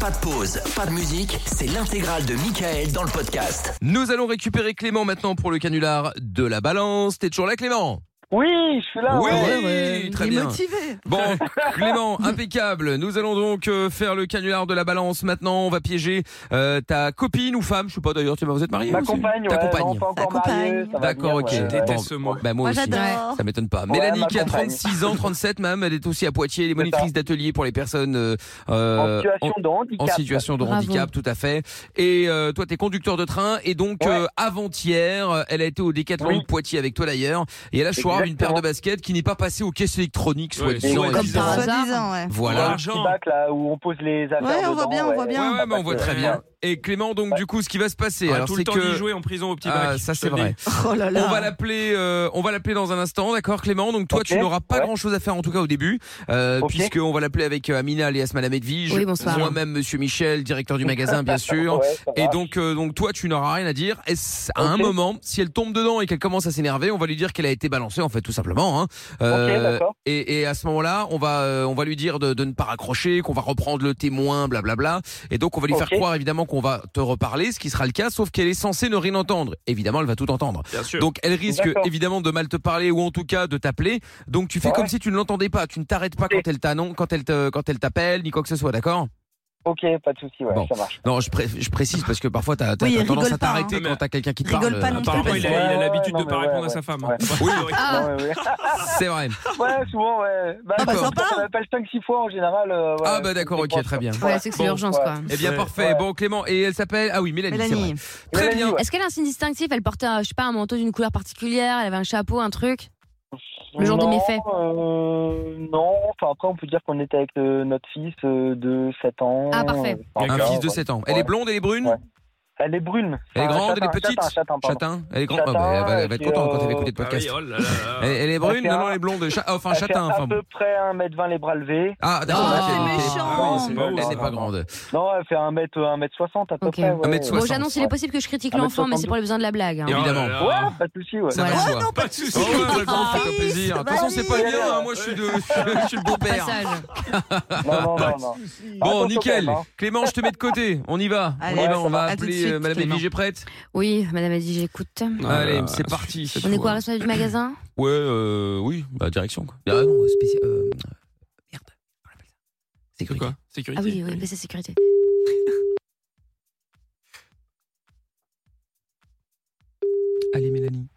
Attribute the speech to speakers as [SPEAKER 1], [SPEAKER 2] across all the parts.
[SPEAKER 1] Pas de pause, pas de musique, c'est l'intégrale de Michael dans le podcast.
[SPEAKER 2] Nous allons récupérer Clément maintenant pour le canular de la balance. T'es toujours là, Clément
[SPEAKER 3] Oui, je suis là.
[SPEAKER 2] Ah Oui,
[SPEAKER 3] ouais.
[SPEAKER 2] très
[SPEAKER 4] il est
[SPEAKER 2] bien.
[SPEAKER 4] motivé.
[SPEAKER 2] Bon, Clément, impeccable. Nous allons donc euh, faire le canular de la balance maintenant. On va piéger euh, ta copine ou femme, je sais pas d'ailleurs, tu vas- vous êtes marié
[SPEAKER 3] Ma compagne,
[SPEAKER 2] Ta
[SPEAKER 3] ouais,
[SPEAKER 2] compagne.
[SPEAKER 3] non, pas encore
[SPEAKER 4] Ta compagne.
[SPEAKER 3] mariée, ça va
[SPEAKER 2] D'accord,
[SPEAKER 3] venir,
[SPEAKER 2] ok.
[SPEAKER 3] ouais, ouais.
[SPEAKER 2] Bon,
[SPEAKER 5] Déteste ce mot.
[SPEAKER 2] Bah, moi,
[SPEAKER 4] Moi,
[SPEAKER 2] aussi.
[SPEAKER 4] j'adore.
[SPEAKER 2] Ça m'étonne pas.
[SPEAKER 3] Ouais,
[SPEAKER 2] Mélanie
[SPEAKER 3] ma
[SPEAKER 2] qui a
[SPEAKER 3] compagne.
[SPEAKER 2] 36 ans, 37 même, elle est aussi à Poitiers, elle est monitrice d'atelier pour les personnes euh,
[SPEAKER 3] En
[SPEAKER 2] euh, en-
[SPEAKER 3] situation de
[SPEAKER 2] en
[SPEAKER 3] handicap.
[SPEAKER 2] situation de
[SPEAKER 4] Bravo.
[SPEAKER 2] handicap, tout à fait. Et euh, toi, t'es conducteur de train. Et donc,
[SPEAKER 3] Ouais.
[SPEAKER 2] euh, avant-hier, euh, elle a été au Décathlon
[SPEAKER 3] Oui.
[SPEAKER 2] de Poitiers avec toi d'ailleurs. Et elle a choisi une
[SPEAKER 3] Exactement.
[SPEAKER 2] paire de baskets qui n'est pas passée aux caisses électroniques, soi-disant.
[SPEAKER 5] Ouais,
[SPEAKER 2] elle
[SPEAKER 4] Comme
[SPEAKER 2] disait.
[SPEAKER 5] évidemment.
[SPEAKER 4] par
[SPEAKER 5] Soi
[SPEAKER 4] hasard. ouais.
[SPEAKER 2] Voilà.
[SPEAKER 5] Dans le genre.
[SPEAKER 3] Petit bac, là où on pose les affaires.
[SPEAKER 4] Ouais, on voit
[SPEAKER 3] dedans,
[SPEAKER 4] bien, on voit bien.
[SPEAKER 2] Ouais, ouais, mais on voit
[SPEAKER 3] Ouais.
[SPEAKER 2] très bien. Et Clément, donc du coup, ce qui va se passer,
[SPEAKER 5] On a
[SPEAKER 2] alors
[SPEAKER 5] tout le
[SPEAKER 2] c'est
[SPEAKER 5] temps
[SPEAKER 2] que
[SPEAKER 5] d'y jouer en prison au petit
[SPEAKER 2] Ah,
[SPEAKER 5] bac.
[SPEAKER 2] ça
[SPEAKER 5] je te
[SPEAKER 2] c'est
[SPEAKER 5] le
[SPEAKER 2] vrai.
[SPEAKER 4] Oh là là.
[SPEAKER 2] On va l'appeler, euh, on va l'appeler dans un instant, d'accord, Clément. Donc toi,
[SPEAKER 3] Ok,
[SPEAKER 2] tu n'auras pas
[SPEAKER 3] ouais.
[SPEAKER 2] grand chose à faire en tout cas au début, euh,
[SPEAKER 3] Ok.
[SPEAKER 2] puisque on va l'appeler avec euh, Amina alias Madame Edwige,
[SPEAKER 4] Oui, bonsoir.
[SPEAKER 2] moi-même Monsieur Michel, directeur du magasin, bien sûr.
[SPEAKER 3] Ouais, ça
[SPEAKER 2] Et
[SPEAKER 3] va.
[SPEAKER 2] donc, euh, donc toi, tu n'auras rien à dire. Et c- à un
[SPEAKER 3] Ah, Ok.
[SPEAKER 2] moment, si elle tombe dedans et qu'elle commence à s'énerver, on va lui dire qu'elle a été balancée, en fait, tout simplement. Hein.
[SPEAKER 3] Ok, d'accord.
[SPEAKER 2] et, et à ce moment-là, on va, euh, on va lui dire de, de ne pas raccrocher, qu'on va reprendre le témoin, blablabla. Et donc, on va lui
[SPEAKER 3] Ok.
[SPEAKER 2] faire croire évidemment qu'on va te reparler, ce qui sera le cas, sauf qu'elle est censée ne rien entendre. Évidemment, elle va tout entendre.
[SPEAKER 5] dis. Bien sûr.
[SPEAKER 2] Donc elle risque
[SPEAKER 3] D'accord.
[SPEAKER 2] évidemment de mal te parler ou en tout cas de t'appeler. Donc tu fais
[SPEAKER 3] Ouais.
[SPEAKER 2] comme si tu ne l'entendais pas, tu ne t'arrêtes pas
[SPEAKER 3] Ok.
[SPEAKER 2] quand elle t'annonce, quand elle te, quand elle t'appelle, ni quoi que ce soit, d'accord
[SPEAKER 3] Ok, pas de souci, ouais,
[SPEAKER 2] Bon.
[SPEAKER 3] ça marche.
[SPEAKER 2] Non, je, pré- je précise parce que parfois t'as, t'as-
[SPEAKER 4] Oui,
[SPEAKER 2] t'as
[SPEAKER 4] rigole
[SPEAKER 2] tendance à
[SPEAKER 4] pas,
[SPEAKER 2] t'arrêter
[SPEAKER 5] hein.
[SPEAKER 2] quand t'as quelqu'un qui te
[SPEAKER 4] Rigole
[SPEAKER 2] parle.
[SPEAKER 4] pas non plus.
[SPEAKER 5] Apparemment, il a- il a
[SPEAKER 3] Ouais,
[SPEAKER 5] l'habitude
[SPEAKER 3] ouais,
[SPEAKER 5] de ne pas
[SPEAKER 3] ouais,
[SPEAKER 5] répondre
[SPEAKER 3] ouais,
[SPEAKER 5] à sa femme.
[SPEAKER 3] ouais.
[SPEAKER 5] Oui,
[SPEAKER 3] Ouais, ouais, ouais.
[SPEAKER 2] C'est vrai.
[SPEAKER 3] Ouais, souvent, ouais. Bah,
[SPEAKER 4] Ah, bah,
[SPEAKER 3] ça,
[SPEAKER 4] sympa.
[SPEAKER 3] ça m'appelle 5-6 fois en général. euh, ouais,
[SPEAKER 2] Ah, bah, d'accord,
[SPEAKER 3] c'est
[SPEAKER 2] ok,
[SPEAKER 3] bon,
[SPEAKER 2] très
[SPEAKER 3] ça.
[SPEAKER 2] bien.
[SPEAKER 6] Ouais, c'est que c'est
[SPEAKER 5] Bon,
[SPEAKER 6] l'urgence,
[SPEAKER 3] ouais.
[SPEAKER 6] quoi.
[SPEAKER 2] Eh bien
[SPEAKER 5] Ouais.
[SPEAKER 2] parfait. Bon Clément et elle s'appelle ah oui Mélanie. c'est vrai.
[SPEAKER 4] Mélanie.
[SPEAKER 2] Très
[SPEAKER 3] Mélanie,
[SPEAKER 2] bien.
[SPEAKER 3] ouais.
[SPEAKER 6] Est-ce qu'elle a un signe distinctif Elle portait, euh, je sais pas, un manteau d'une couleur particulière, elle avait un chapeau, un truc Le genre de
[SPEAKER 3] Non,
[SPEAKER 6] méfait.
[SPEAKER 3] euh, Non, enfin après on peut dire qu'on était avec euh, notre fils euh, de 7 ans.
[SPEAKER 6] Ah, parfait.
[SPEAKER 3] Euh, enfin,
[SPEAKER 2] Un
[SPEAKER 5] D'accord.
[SPEAKER 2] fils de 7 ans. Elle est blonde, elle est brune,
[SPEAKER 3] Ouais. Elle est brune.
[SPEAKER 2] Elle est
[SPEAKER 3] Enfin,
[SPEAKER 2] grande, elle est
[SPEAKER 3] châtain,
[SPEAKER 2] petite
[SPEAKER 3] Châtain, châtain, pardon.
[SPEAKER 2] châtain. Elle est grande. Ah,
[SPEAKER 3] Châtain,
[SPEAKER 2] bah, elle va, elle va être
[SPEAKER 3] et puis,
[SPEAKER 2] contente quand elle va
[SPEAKER 3] euh,
[SPEAKER 2] écouter le
[SPEAKER 5] Ah oui,
[SPEAKER 2] podcast.
[SPEAKER 5] oh là là.
[SPEAKER 2] Elle, elle est brune,
[SPEAKER 3] Elle fait
[SPEAKER 2] non, non,
[SPEAKER 3] un-
[SPEAKER 2] elle est blonde, cha- oh, enfin
[SPEAKER 3] Elle fait
[SPEAKER 2] châtain,
[SPEAKER 3] à
[SPEAKER 2] enfin bon.
[SPEAKER 3] peu près 1m20 les bras levés.
[SPEAKER 2] Ah d'accord.
[SPEAKER 6] Ah,
[SPEAKER 2] ok,
[SPEAKER 6] c'est
[SPEAKER 2] ok.
[SPEAKER 4] méchant.
[SPEAKER 2] Ah oui, c'est
[SPEAKER 3] Non,
[SPEAKER 2] pas- Elle n'est pas
[SPEAKER 3] non,
[SPEAKER 2] grande.
[SPEAKER 3] Non, elle fait 1m, 1m60 à peu
[SPEAKER 6] Ok.
[SPEAKER 3] près. ouais.
[SPEAKER 2] 1m60.
[SPEAKER 6] Bon, j'annonce, il est possible que je critique l'enfant, mais c'est pour le besoin de la blague. hein.
[SPEAKER 5] Oh là
[SPEAKER 2] évidemment.
[SPEAKER 5] là.
[SPEAKER 3] Ouais, pas de souci, ouais.
[SPEAKER 2] Ah. Ça va
[SPEAKER 6] Ouais.
[SPEAKER 2] de soi.
[SPEAKER 5] Pas de soucis.
[SPEAKER 2] Oh ouais, ouais, ouais,
[SPEAKER 4] Ah,
[SPEAKER 2] faites-leur
[SPEAKER 4] oui,
[SPEAKER 2] plaisir. De toute
[SPEAKER 4] c'est
[SPEAKER 2] façon, c'est pas le
[SPEAKER 3] valide.
[SPEAKER 2] mien. hein. Moi, je suis, de, je suis le beau-père.
[SPEAKER 6] Passage.
[SPEAKER 3] Non, non, non, non.
[SPEAKER 2] Bon,
[SPEAKER 3] Attention
[SPEAKER 2] nickel.
[SPEAKER 3] quand même, hein.
[SPEAKER 2] Clément, je te mets de côté. On y va.
[SPEAKER 4] Allez,
[SPEAKER 2] on y
[SPEAKER 3] ouais,
[SPEAKER 2] va. On va
[SPEAKER 3] ça
[SPEAKER 4] va. À tout de
[SPEAKER 2] appeler
[SPEAKER 4] suite,
[SPEAKER 2] euh, Madame
[SPEAKER 4] Clément.
[SPEAKER 2] Edwige est prête.
[SPEAKER 6] Oui, madame a dit j'écoute.
[SPEAKER 2] Allez, c'est parti.
[SPEAKER 6] On est quoi, responsable du magasin
[SPEAKER 2] Ouais, euh, oui, bah direction quoi. Ah non, spécial. Euh, merde. Comment on appelle ça
[SPEAKER 5] C'est
[SPEAKER 2] Sécurité.
[SPEAKER 5] quoi Sécurité.
[SPEAKER 6] Ah oui, oui, PC Sécurité.
[SPEAKER 2] Allez, Mélanie.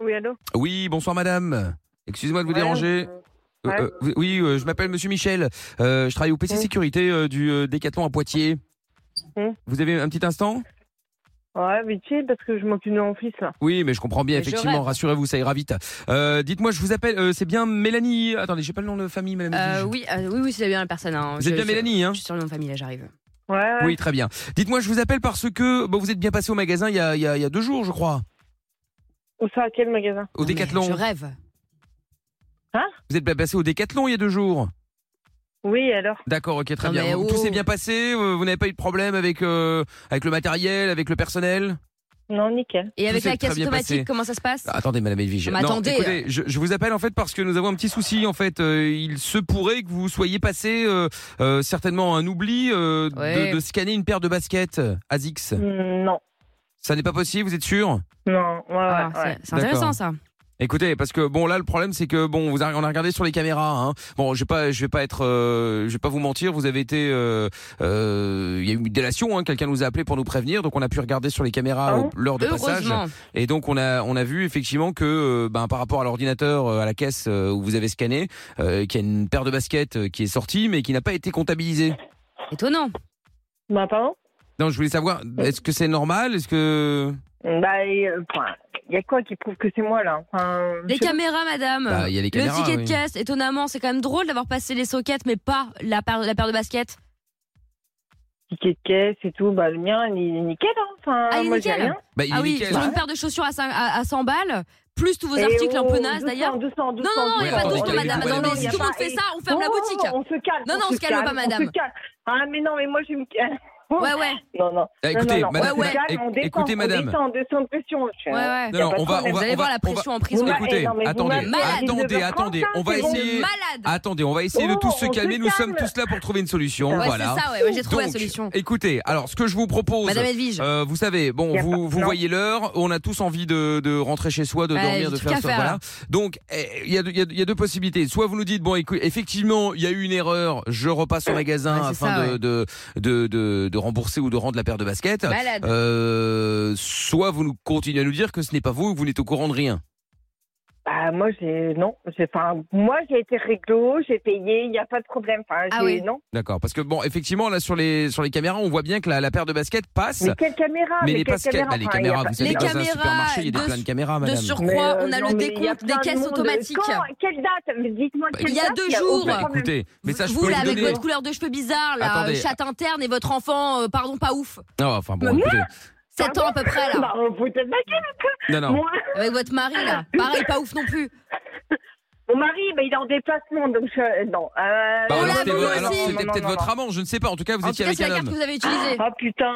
[SPEAKER 7] Oui, allô
[SPEAKER 2] Oui, bonsoir, Madame. Excusez-moi de vous
[SPEAKER 7] Ouais,
[SPEAKER 2] déranger.
[SPEAKER 7] euh,
[SPEAKER 2] Euh,
[SPEAKER 7] ouais.
[SPEAKER 2] euh, vous- oui, euh, je m'appelle Monsieur Michel. Euh, je travaille au PC
[SPEAKER 7] Oui.
[SPEAKER 2] Sécurité euh, du euh, Décathlon à Poitiers.
[SPEAKER 7] Oui.
[SPEAKER 2] Vous avez un petit instant
[SPEAKER 7] Ouais, mais tu sais, parce que je m'occupe de mon fils, là.
[SPEAKER 2] Oui, mais je comprends bien,
[SPEAKER 6] Mais je
[SPEAKER 2] effectivement.
[SPEAKER 6] rêve.
[SPEAKER 2] Rassurez-vous, ça ira vite. Euh, Dites-moi, je vous appelle. euh, c'est bien Mélanie. Attendez, j'ai pas le nom de famille, Madame.
[SPEAKER 6] Euh,
[SPEAKER 2] Edwige.
[SPEAKER 6] oui, euh, oui, oui, c'est bien la personne. hein.
[SPEAKER 2] Vous
[SPEAKER 6] Je-
[SPEAKER 2] êtes bien
[SPEAKER 6] je-
[SPEAKER 2] Mélanie, hein
[SPEAKER 6] Je suis sur le nom de famille, là, j'arrive.
[SPEAKER 7] Ouais, ouais.
[SPEAKER 2] Oui, très bien. Dites-moi, je vous appelle parce que bon, vous êtes bien passé au magasin il y a, il y a- il y a deux jours, je crois,
[SPEAKER 7] Où ça, à quel magasin Hein
[SPEAKER 2] au
[SPEAKER 6] Non, mais Je
[SPEAKER 2] Décathlon.
[SPEAKER 6] rêve.
[SPEAKER 2] Vous êtes bien passé au Décathlon il y a deux jours.
[SPEAKER 7] Oui, alors
[SPEAKER 2] D'accord, ok, très
[SPEAKER 6] Non,
[SPEAKER 2] bien.
[SPEAKER 6] mais
[SPEAKER 2] Vous-
[SPEAKER 6] oh.
[SPEAKER 2] Tout s'est bien passé. euh, Vous n'avez pas eu de problème avec euh, avec le matériel, avec le personnel.
[SPEAKER 7] Non, nickel.
[SPEAKER 6] Et avec
[SPEAKER 2] s'est
[SPEAKER 6] la
[SPEAKER 2] très
[SPEAKER 6] caisse
[SPEAKER 2] bien
[SPEAKER 6] automatique,
[SPEAKER 2] passé.
[SPEAKER 6] comment ça se passe
[SPEAKER 2] Ah, Attendez, Madame Edwige.
[SPEAKER 6] Mais
[SPEAKER 2] Non,
[SPEAKER 6] attendez.
[SPEAKER 2] écoutez, je, je vous appelle en fait parce que nous avons un petit souci. En fait, Euh, il se pourrait que vous soyez passé euh, euh, certainement un oubli euh, de-
[SPEAKER 6] Ouais.
[SPEAKER 2] de, scanner une paire de baskets euh, Asics.
[SPEAKER 7] Mm, Non,
[SPEAKER 2] Ça n'est pas possible, vous êtes sûr
[SPEAKER 7] non, ouais,
[SPEAKER 6] Ah,
[SPEAKER 7] ouais, ouais.
[SPEAKER 6] c'est- C'est intéressant,
[SPEAKER 2] D'accord.
[SPEAKER 6] ça.
[SPEAKER 2] Écoutez, parce que bon là le problème c'est que bon vous a- on a regardé sur les caméras. Hein. Bon, je vais pas, je vais pas être, euh, je vais pas vous mentir. Vous avez été, euh, euh, il y a eu une délation. Hein, Quelqu'un nous a appelé pour nous prévenir, donc on a pu regarder sur les caméras
[SPEAKER 7] Ah
[SPEAKER 2] au-
[SPEAKER 7] bon
[SPEAKER 2] l'heure de passage.
[SPEAKER 6] Heureusement.
[SPEAKER 2] Et donc on a, on a vu effectivement que euh, ben, par rapport à l'ordinateur, euh, à la caisse euh, où vous avez scanné, euh, qu'il y a une paire de baskets euh, qui est sortie mais qui n'a pas été comptabilisée.
[SPEAKER 6] Étonnant.
[SPEAKER 7] Bah, pardon
[SPEAKER 2] Non, je voulais savoir, est-ce que c'est normal Est-ce que
[SPEAKER 7] Bah, et, euh, enfin, il y a quoi qui prouve que c'est moi, là enfin,
[SPEAKER 6] Les
[SPEAKER 7] je sais
[SPEAKER 6] caméras, madame.
[SPEAKER 2] Bah, il y a les caméras
[SPEAKER 6] le ticket
[SPEAKER 2] oui.
[SPEAKER 6] de caisse, étonnamment, c'est quand même drôle d'avoir passé les sockets, mais pas la paire, la paire de baskets.
[SPEAKER 7] pas, ticket de caisse et tout, bah, le mien, il est nickel, hein. Enfin,
[SPEAKER 6] Ah, il est
[SPEAKER 7] moi, j'ai
[SPEAKER 6] nickel.
[SPEAKER 7] rien.
[SPEAKER 2] Bah, il
[SPEAKER 6] ah
[SPEAKER 2] est
[SPEAKER 6] oui,
[SPEAKER 2] nickel.
[SPEAKER 6] sur une paire de chaussures à, cin- à- à 100 balles, plus tous vos
[SPEAKER 7] Et
[SPEAKER 6] articles
[SPEAKER 7] oh,
[SPEAKER 6] un peu nazes
[SPEAKER 7] 200,
[SPEAKER 6] d'ailleurs.
[SPEAKER 7] 200,
[SPEAKER 6] Non, non, non, il
[SPEAKER 2] Ouais,
[SPEAKER 6] n'y a pas de
[SPEAKER 2] attendez,
[SPEAKER 6] douche, madame.
[SPEAKER 2] vous
[SPEAKER 6] Attendez,
[SPEAKER 2] voyez,
[SPEAKER 6] si tout le monde fait ça, on ferme la
[SPEAKER 7] Non,
[SPEAKER 6] boutique.
[SPEAKER 7] On se calme.
[SPEAKER 6] Non, non, on se calme pas,
[SPEAKER 7] on
[SPEAKER 6] madame.
[SPEAKER 7] se calme. Ah, mais non, mais moi, je me calme.
[SPEAKER 6] Ouais, ouais.
[SPEAKER 7] Non, non.
[SPEAKER 2] Ah,
[SPEAKER 7] Non,
[SPEAKER 2] écoutez,
[SPEAKER 7] non, non,
[SPEAKER 2] madame,
[SPEAKER 7] on
[SPEAKER 6] ouais,
[SPEAKER 7] se calme, on
[SPEAKER 2] éc-
[SPEAKER 7] descend,
[SPEAKER 2] écoutez,
[SPEAKER 7] On
[SPEAKER 2] madame.
[SPEAKER 7] descend, on descend de pression, je suis. euh,
[SPEAKER 6] Ouais, ouais.
[SPEAKER 2] Non, non, on va, on
[SPEAKER 6] Vous
[SPEAKER 2] va,
[SPEAKER 6] allez
[SPEAKER 2] on va,
[SPEAKER 6] voir la
[SPEAKER 2] on va-
[SPEAKER 6] pression en
[SPEAKER 7] Vous
[SPEAKER 6] prison.
[SPEAKER 7] m'avez-
[SPEAKER 2] Écoutez,
[SPEAKER 7] eh non, mais vous
[SPEAKER 2] attendez,
[SPEAKER 7] m'avez-
[SPEAKER 2] attendez, attendez, on va
[SPEAKER 7] C'est
[SPEAKER 6] Vous êtes
[SPEAKER 2] essayer. Ah,
[SPEAKER 6] malade.
[SPEAKER 2] Attendez, on va essayer de
[SPEAKER 7] Oh,
[SPEAKER 2] tous se
[SPEAKER 7] on se
[SPEAKER 2] calmer. Nous sommes
[SPEAKER 7] calme.
[SPEAKER 2] tous là pour trouver une solution.
[SPEAKER 6] Ouais,
[SPEAKER 2] voilà.
[SPEAKER 6] c'est ça, ouais. Moi, j'ai trouvé
[SPEAKER 2] Donc,
[SPEAKER 6] la solution.
[SPEAKER 2] Écoutez, alors ce que je vous propose,
[SPEAKER 6] Madame Edwige.
[SPEAKER 2] euh, vous savez,
[SPEAKER 7] Y
[SPEAKER 2] bon,
[SPEAKER 7] a
[SPEAKER 2] vous,
[SPEAKER 7] pas-
[SPEAKER 2] vous
[SPEAKER 7] non.
[SPEAKER 2] voyez l'heure, on a tous envie de, de rentrer chez soi, de
[SPEAKER 6] Ouais,
[SPEAKER 2] dormir,
[SPEAKER 6] j'ai
[SPEAKER 2] de
[SPEAKER 6] tout
[SPEAKER 2] faire
[SPEAKER 6] qu'à
[SPEAKER 2] ça.
[SPEAKER 6] faire,
[SPEAKER 2] Voilà.
[SPEAKER 6] là.
[SPEAKER 2] Donc, eh, il y, a deux- il y a deux- il y a deux possibilités. Soit vous nous dites, bon, écoute, effectivement, il y a eu une erreur, je repasse au magasin
[SPEAKER 6] Ouais, c'est
[SPEAKER 2] afin
[SPEAKER 6] ça,
[SPEAKER 2] de,
[SPEAKER 6] ouais.
[SPEAKER 2] de, de, de- de rembourser ou de rendre la paire de baskets.
[SPEAKER 6] Malade.
[SPEAKER 2] Euh, soit vous nous continuez à nous dire que ce n'est pas vous, que vous n'êtes au courant de rien.
[SPEAKER 7] Bah, moi, j'ai. Non. j'ai- Enfin, moi, j'ai été réglo, j'ai payé, il n'y a pas de problème. Enfin,
[SPEAKER 6] Ah
[SPEAKER 7] j'ai-
[SPEAKER 6] oui.
[SPEAKER 7] Non.
[SPEAKER 2] D'accord, parce que bon, effectivement, là sur les sur les caméras, on voit bien que la, la paire de baskets passe.
[SPEAKER 6] Ah,
[SPEAKER 7] Mais quelle caméra
[SPEAKER 2] Mais les,
[SPEAKER 7] quelle
[SPEAKER 2] pasquettes-
[SPEAKER 7] caméra
[SPEAKER 2] bah, les
[SPEAKER 7] Enfin,
[SPEAKER 2] caméras,
[SPEAKER 7] y a pas-
[SPEAKER 2] vous savez,
[SPEAKER 6] Les
[SPEAKER 2] dans un
[SPEAKER 6] caméras
[SPEAKER 2] supermarché, il y a des
[SPEAKER 6] de
[SPEAKER 2] plein de
[SPEAKER 6] su-
[SPEAKER 2] caméras,
[SPEAKER 6] De
[SPEAKER 2] madame.
[SPEAKER 6] surcroît,
[SPEAKER 7] Mais, euh,
[SPEAKER 6] on a
[SPEAKER 7] non,
[SPEAKER 6] le
[SPEAKER 7] mais il y a
[SPEAKER 6] décompte des
[SPEAKER 7] plein de
[SPEAKER 6] caisses
[SPEAKER 7] monde.
[SPEAKER 6] automatiques.
[SPEAKER 7] Quand Quelle date Mais Dites-moi
[SPEAKER 2] Bah,
[SPEAKER 7] quelle
[SPEAKER 6] il
[SPEAKER 7] date.
[SPEAKER 6] y a deux
[SPEAKER 7] y
[SPEAKER 6] jours.
[SPEAKER 7] aucun
[SPEAKER 2] Bah,
[SPEAKER 7] problème.
[SPEAKER 2] écoutez, mais ça, je
[SPEAKER 6] vous
[SPEAKER 2] peux
[SPEAKER 6] là
[SPEAKER 2] vous
[SPEAKER 6] avec
[SPEAKER 2] donner.
[SPEAKER 6] votre couleur de cheveux bizarre, là,
[SPEAKER 2] Attendez.
[SPEAKER 6] euh, chatte interne et votre enfant, euh, pardon, pas ouf,
[SPEAKER 2] Non, enfin bon,
[SPEAKER 7] Mais
[SPEAKER 2] écoutez.
[SPEAKER 6] 7 ans à peu près là,
[SPEAKER 7] Bah, on vous êtes ma gueule,
[SPEAKER 2] Non, non.
[SPEAKER 7] moi.
[SPEAKER 6] avec votre mari là, pareil pas ouf non plus.
[SPEAKER 7] Mon mari, bah, il est en déplacement, donc je. Non. Euh,
[SPEAKER 2] Bah,
[SPEAKER 6] on
[SPEAKER 7] non,
[SPEAKER 2] alors,
[SPEAKER 6] l'a
[SPEAKER 2] c'était
[SPEAKER 6] vous
[SPEAKER 2] vo-
[SPEAKER 6] aussi.
[SPEAKER 2] alors,
[SPEAKER 6] Non,
[SPEAKER 2] c'était
[SPEAKER 7] non,
[SPEAKER 2] peut-être
[SPEAKER 7] non,
[SPEAKER 2] votre
[SPEAKER 7] non.
[SPEAKER 2] amant, je ne sais pas. En tout cas, vous
[SPEAKER 6] En tout
[SPEAKER 2] étiez
[SPEAKER 6] cas,
[SPEAKER 2] avec
[SPEAKER 6] c'est la
[SPEAKER 2] un
[SPEAKER 6] carte que
[SPEAKER 2] homme.
[SPEAKER 6] vous avez utilisée.
[SPEAKER 7] Ah putain.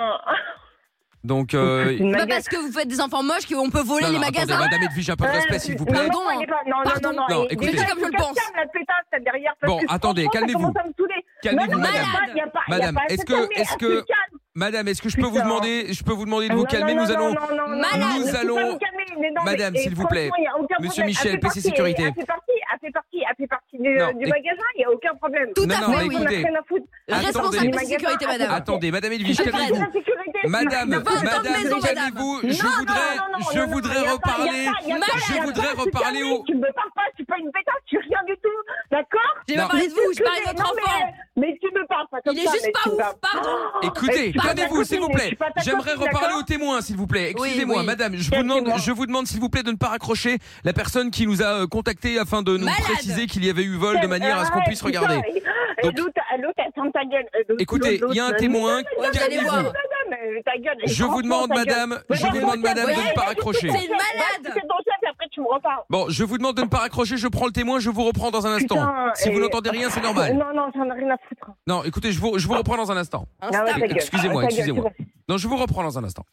[SPEAKER 2] Donc, euh,
[SPEAKER 6] C'est
[SPEAKER 7] Une
[SPEAKER 6] pas
[SPEAKER 7] maga-
[SPEAKER 6] parce que vous faites des enfants moches qu'on peut voler
[SPEAKER 2] non,
[SPEAKER 6] les
[SPEAKER 2] non, attendez,
[SPEAKER 6] magasins. Euh,
[SPEAKER 2] madame Edwige, un peu de respect, s'il vous plaît.
[SPEAKER 7] Euh, Non,
[SPEAKER 6] Pardon,
[SPEAKER 7] non, elle est pas- non, non,
[SPEAKER 6] pardon.
[SPEAKER 7] non, non,
[SPEAKER 2] Non,
[SPEAKER 7] et-
[SPEAKER 2] écoutez.
[SPEAKER 7] déjà,
[SPEAKER 6] Comme je le
[SPEAKER 7] faut qu'elle
[SPEAKER 6] pense.
[SPEAKER 7] ferme la pétasse, là, derrière, parce
[SPEAKER 2] Bon,
[SPEAKER 7] que
[SPEAKER 2] attendez,
[SPEAKER 7] franchement, ça
[SPEAKER 2] calmez-vous.
[SPEAKER 7] commence à me saouler.
[SPEAKER 2] Calmez-vous,
[SPEAKER 7] Non, non, y a
[SPEAKER 2] madame.
[SPEAKER 7] pas- y a pas- y a
[SPEAKER 2] Madame,
[SPEAKER 7] pas à
[SPEAKER 2] est-ce
[SPEAKER 7] se
[SPEAKER 2] que-
[SPEAKER 7] calmer,
[SPEAKER 2] est-ce
[SPEAKER 7] elle
[SPEAKER 2] que-
[SPEAKER 7] se calme.
[SPEAKER 2] Madame, est-ce que je peux vous
[SPEAKER 7] Putain.
[SPEAKER 2] demander, je peux vous demander de vous
[SPEAKER 7] Non,
[SPEAKER 2] calmer
[SPEAKER 7] non,
[SPEAKER 2] Nous
[SPEAKER 7] non,
[SPEAKER 2] allons,
[SPEAKER 7] non, non, non,
[SPEAKER 6] Malade.
[SPEAKER 7] non,
[SPEAKER 2] nous
[SPEAKER 7] faut pas
[SPEAKER 2] allons.
[SPEAKER 7] vous calmer, mais non,
[SPEAKER 2] Madame,
[SPEAKER 7] mais-
[SPEAKER 2] s'il
[SPEAKER 7] et
[SPEAKER 2] vous plaît.
[SPEAKER 7] franchement, y a aucun
[SPEAKER 2] Monsieur
[SPEAKER 7] problème.
[SPEAKER 2] Michel,
[SPEAKER 7] Elle fait
[SPEAKER 2] PC
[SPEAKER 7] partie-
[SPEAKER 2] Sécurité.
[SPEAKER 7] Elle fait partie, elle fait partie, elle fait partie du,
[SPEAKER 2] Non,
[SPEAKER 7] du
[SPEAKER 2] éc-
[SPEAKER 7] magasin, il n'y a aucun problème.
[SPEAKER 6] Tout
[SPEAKER 2] Non,
[SPEAKER 6] à
[SPEAKER 2] non,
[SPEAKER 6] fait,
[SPEAKER 7] On
[SPEAKER 6] oui.
[SPEAKER 7] a
[SPEAKER 2] écoutez.
[SPEAKER 7] rien à foutre.
[SPEAKER 6] Responsable de
[SPEAKER 7] Attendez.
[SPEAKER 6] sécurité, madame.
[SPEAKER 2] Attendez, Madame Edwige,
[SPEAKER 7] Elle fait partie de
[SPEAKER 2] calmez-vous.
[SPEAKER 7] la sécurité.
[SPEAKER 2] Madame,
[SPEAKER 7] Non,
[SPEAKER 2] madame,
[SPEAKER 7] non, non, non, non,
[SPEAKER 6] maison, madame.
[SPEAKER 2] calmez-vous. Je
[SPEAKER 7] non, non,
[SPEAKER 2] voudrais,
[SPEAKER 7] non, non,
[SPEAKER 2] je
[SPEAKER 7] non, non, y
[SPEAKER 2] voudrais
[SPEAKER 7] a pas- y
[SPEAKER 2] reparler.
[SPEAKER 7] a pas- y a pas-
[SPEAKER 6] je
[SPEAKER 7] y a pas-
[SPEAKER 2] voudrais
[SPEAKER 7] je suis
[SPEAKER 2] reparler au-
[SPEAKER 7] terminée, Tu me parles pas, je suis pas une pétasse, je suis rien du tout. D'accord
[SPEAKER 6] J'ai
[SPEAKER 2] Non.
[SPEAKER 6] pas parlé de vous, je parlais de votre
[SPEAKER 7] Non, mais-
[SPEAKER 6] enfant.
[SPEAKER 7] Mais tu me parles pas comme
[SPEAKER 6] Il est
[SPEAKER 7] ça,
[SPEAKER 6] juste
[SPEAKER 7] mais
[SPEAKER 6] pas
[SPEAKER 7] tu Oh, me
[SPEAKER 6] ouf,
[SPEAKER 7] parles-
[SPEAKER 6] pardon.
[SPEAKER 2] Écoutez,
[SPEAKER 7] je suis pas ta
[SPEAKER 2] calmez-vous,
[SPEAKER 7] copine,
[SPEAKER 2] s'il vous
[SPEAKER 7] je
[SPEAKER 2] plaît.
[SPEAKER 7] suis pas ta
[SPEAKER 2] J'aimerais
[SPEAKER 7] copine,
[SPEAKER 2] reparler
[SPEAKER 7] d'accord
[SPEAKER 2] aux témoins, s'il vous plaît.
[SPEAKER 6] Oui,
[SPEAKER 2] Excusez-moi,
[SPEAKER 6] oui.
[SPEAKER 2] madame. Je vous, demande,
[SPEAKER 7] Calmez-moi.
[SPEAKER 2] je vous demande, s'il vous plaît, de ne pas raccrocher la personne qui nous a euh, contacté afin de nous
[SPEAKER 6] Malade.
[SPEAKER 2] préciser qu'il y avait eu vol de manière à ce qu'on
[SPEAKER 7] Ouais,
[SPEAKER 2] puisse
[SPEAKER 7] putain,
[SPEAKER 2] regarder.
[SPEAKER 7] et- et
[SPEAKER 2] Donc-
[SPEAKER 7] Euh, l'autre, euh, l'autre, elle ferme ta gueule. Et l'autre,
[SPEAKER 2] Écoutez,
[SPEAKER 7] l'autre,
[SPEAKER 2] il y a un
[SPEAKER 7] l'autre,
[SPEAKER 2] témoin.
[SPEAKER 7] l'autre, l'autre,
[SPEAKER 6] Vous allez voir.
[SPEAKER 2] Calmez-vous.
[SPEAKER 7] madame, ta gueule, et
[SPEAKER 2] Je vous
[SPEAKER 7] franchement,
[SPEAKER 2] demande,
[SPEAKER 7] ta gueule.
[SPEAKER 2] madame, je
[SPEAKER 7] Ouais,
[SPEAKER 2] vous demande,
[SPEAKER 7] ouais,
[SPEAKER 2] madame, de ne
[SPEAKER 7] ouais,
[SPEAKER 2] pas
[SPEAKER 7] ouais,
[SPEAKER 2] raccrocher.
[SPEAKER 6] C'est une
[SPEAKER 7] Tu
[SPEAKER 6] malade.
[SPEAKER 7] fais ton chef et après tu me reparles.
[SPEAKER 2] Bon, je vous demande de ne pas raccrocher. Je prends le témoin. Je vous reprends dans un instant.
[SPEAKER 7] Putain,
[SPEAKER 2] si vous
[SPEAKER 7] et-
[SPEAKER 2] n'entendez rien, c'est normal.
[SPEAKER 7] Non, non, j'en ai rien à foutre.
[SPEAKER 2] Non, écoutez, je vous, je vous reprends dans un instant.
[SPEAKER 7] Ah ouais, ta gueule.
[SPEAKER 2] Excusez-moi,
[SPEAKER 7] Ah, ta gueule,
[SPEAKER 2] excusez-moi. Non, je vous reprends dans un instant.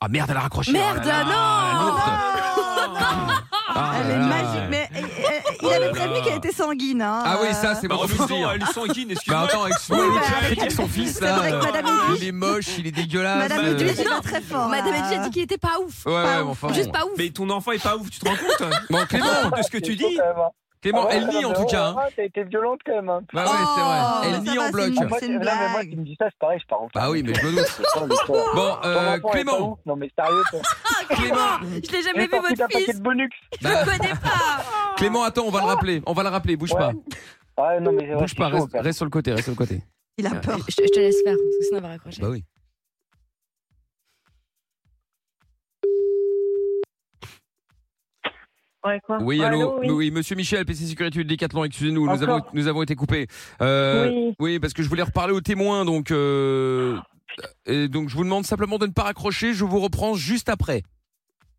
[SPEAKER 2] Ah merde, elle a raccroché.
[SPEAKER 6] Merde,
[SPEAKER 2] Oh là là,
[SPEAKER 6] non.
[SPEAKER 2] la lourde. Ah
[SPEAKER 4] Elle
[SPEAKER 2] là
[SPEAKER 4] est
[SPEAKER 2] là.
[SPEAKER 4] magique, mais eh, eh, il avait prévenu qu'elle était sanguine. hein.
[SPEAKER 2] Ah oui, ça, c'est
[SPEAKER 5] Bah,
[SPEAKER 2] bon.
[SPEAKER 5] en
[SPEAKER 2] on peut
[SPEAKER 5] même
[SPEAKER 2] le dire.
[SPEAKER 5] temps, elles sont guines,
[SPEAKER 2] Bah
[SPEAKER 5] excuse-moi.
[SPEAKER 2] attends, excuse-moi,
[SPEAKER 4] Oui,
[SPEAKER 2] l'autre
[SPEAKER 4] bah,
[SPEAKER 2] qui critique son fils
[SPEAKER 4] c'est
[SPEAKER 2] là.
[SPEAKER 4] vrai que Madame
[SPEAKER 2] euh,
[SPEAKER 4] Edwige-
[SPEAKER 2] il est moche, il est dégueulasse.
[SPEAKER 4] Madame
[SPEAKER 2] euh,
[SPEAKER 4] Edwige,
[SPEAKER 2] Ouais,
[SPEAKER 4] elle va très fort.
[SPEAKER 6] Madame Edwige a
[SPEAKER 4] euh.
[SPEAKER 6] dit qu'il était pas ouf.
[SPEAKER 2] ouais, mais enfin.
[SPEAKER 6] Juste
[SPEAKER 2] Bon.
[SPEAKER 6] pas ouf.
[SPEAKER 5] Mais ton enfant est pas ouf, tu te rends compte
[SPEAKER 2] Bon,
[SPEAKER 3] hein.
[SPEAKER 2] Clément,
[SPEAKER 5] de ce que tu dis
[SPEAKER 2] Clément,
[SPEAKER 3] Ah ouais,
[SPEAKER 2] elle nie en
[SPEAKER 3] mais
[SPEAKER 2] tout
[SPEAKER 3] oh,
[SPEAKER 2] cas. hein.
[SPEAKER 3] ah, T'as été violente quand même. hein. Ah,
[SPEAKER 2] Bah ouais, c'est
[SPEAKER 4] Oh,
[SPEAKER 2] vrai. Elle
[SPEAKER 4] ça
[SPEAKER 2] nie
[SPEAKER 4] va,
[SPEAKER 2] en bloc.
[SPEAKER 4] c'est
[SPEAKER 3] Moi,
[SPEAKER 4] C'est une
[SPEAKER 3] non, mais moi,
[SPEAKER 4] blague.
[SPEAKER 3] tu me dis ça, c'est pareil, je pars en
[SPEAKER 2] Bah oui, mais je me doute.
[SPEAKER 3] Oh, le soir.
[SPEAKER 2] Bon,
[SPEAKER 3] Ton
[SPEAKER 2] euh,
[SPEAKER 3] enfant est pas
[SPEAKER 2] Clément.
[SPEAKER 3] ouf. Non, mais sérieux, toi.
[SPEAKER 2] Clément,
[SPEAKER 6] Je l'ai
[SPEAKER 3] J'ai
[SPEAKER 6] jamais vu,
[SPEAKER 3] sorti d'un
[SPEAKER 6] votre
[SPEAKER 3] paquet
[SPEAKER 6] fils.
[SPEAKER 3] de bonux.
[SPEAKER 6] Je
[SPEAKER 2] Bah,
[SPEAKER 6] le connais pas.
[SPEAKER 2] Clément, attends, on va le rappeler. On va le rappeler, bouge pas.
[SPEAKER 3] Ouais, non, mais c'est vrai,
[SPEAKER 2] Bouge
[SPEAKER 3] c'est
[SPEAKER 2] pas,
[SPEAKER 3] chaud,
[SPEAKER 2] reste,
[SPEAKER 3] quand même.
[SPEAKER 2] reste sur le côté, reste sur le côté.
[SPEAKER 4] Il a peur.
[SPEAKER 6] Je je te laisse faire, parce que sinon on va raccrocher.
[SPEAKER 2] Bah oui.
[SPEAKER 7] Ouais, quoi
[SPEAKER 2] Oui,
[SPEAKER 7] Ouais,
[SPEAKER 2] allô,
[SPEAKER 7] oui.
[SPEAKER 2] oui, monsieur Michel, PC Sécurité du Décathlon, excusez-nous, nous
[SPEAKER 7] Encore.
[SPEAKER 2] avons, nous avons été coupés. Euh,
[SPEAKER 7] Oui.
[SPEAKER 2] Oui, parce que je voulais reparler aux témoins, donc euh, et donc je vous demande simplement de ne pas raccrocher. Je vous reprends juste après.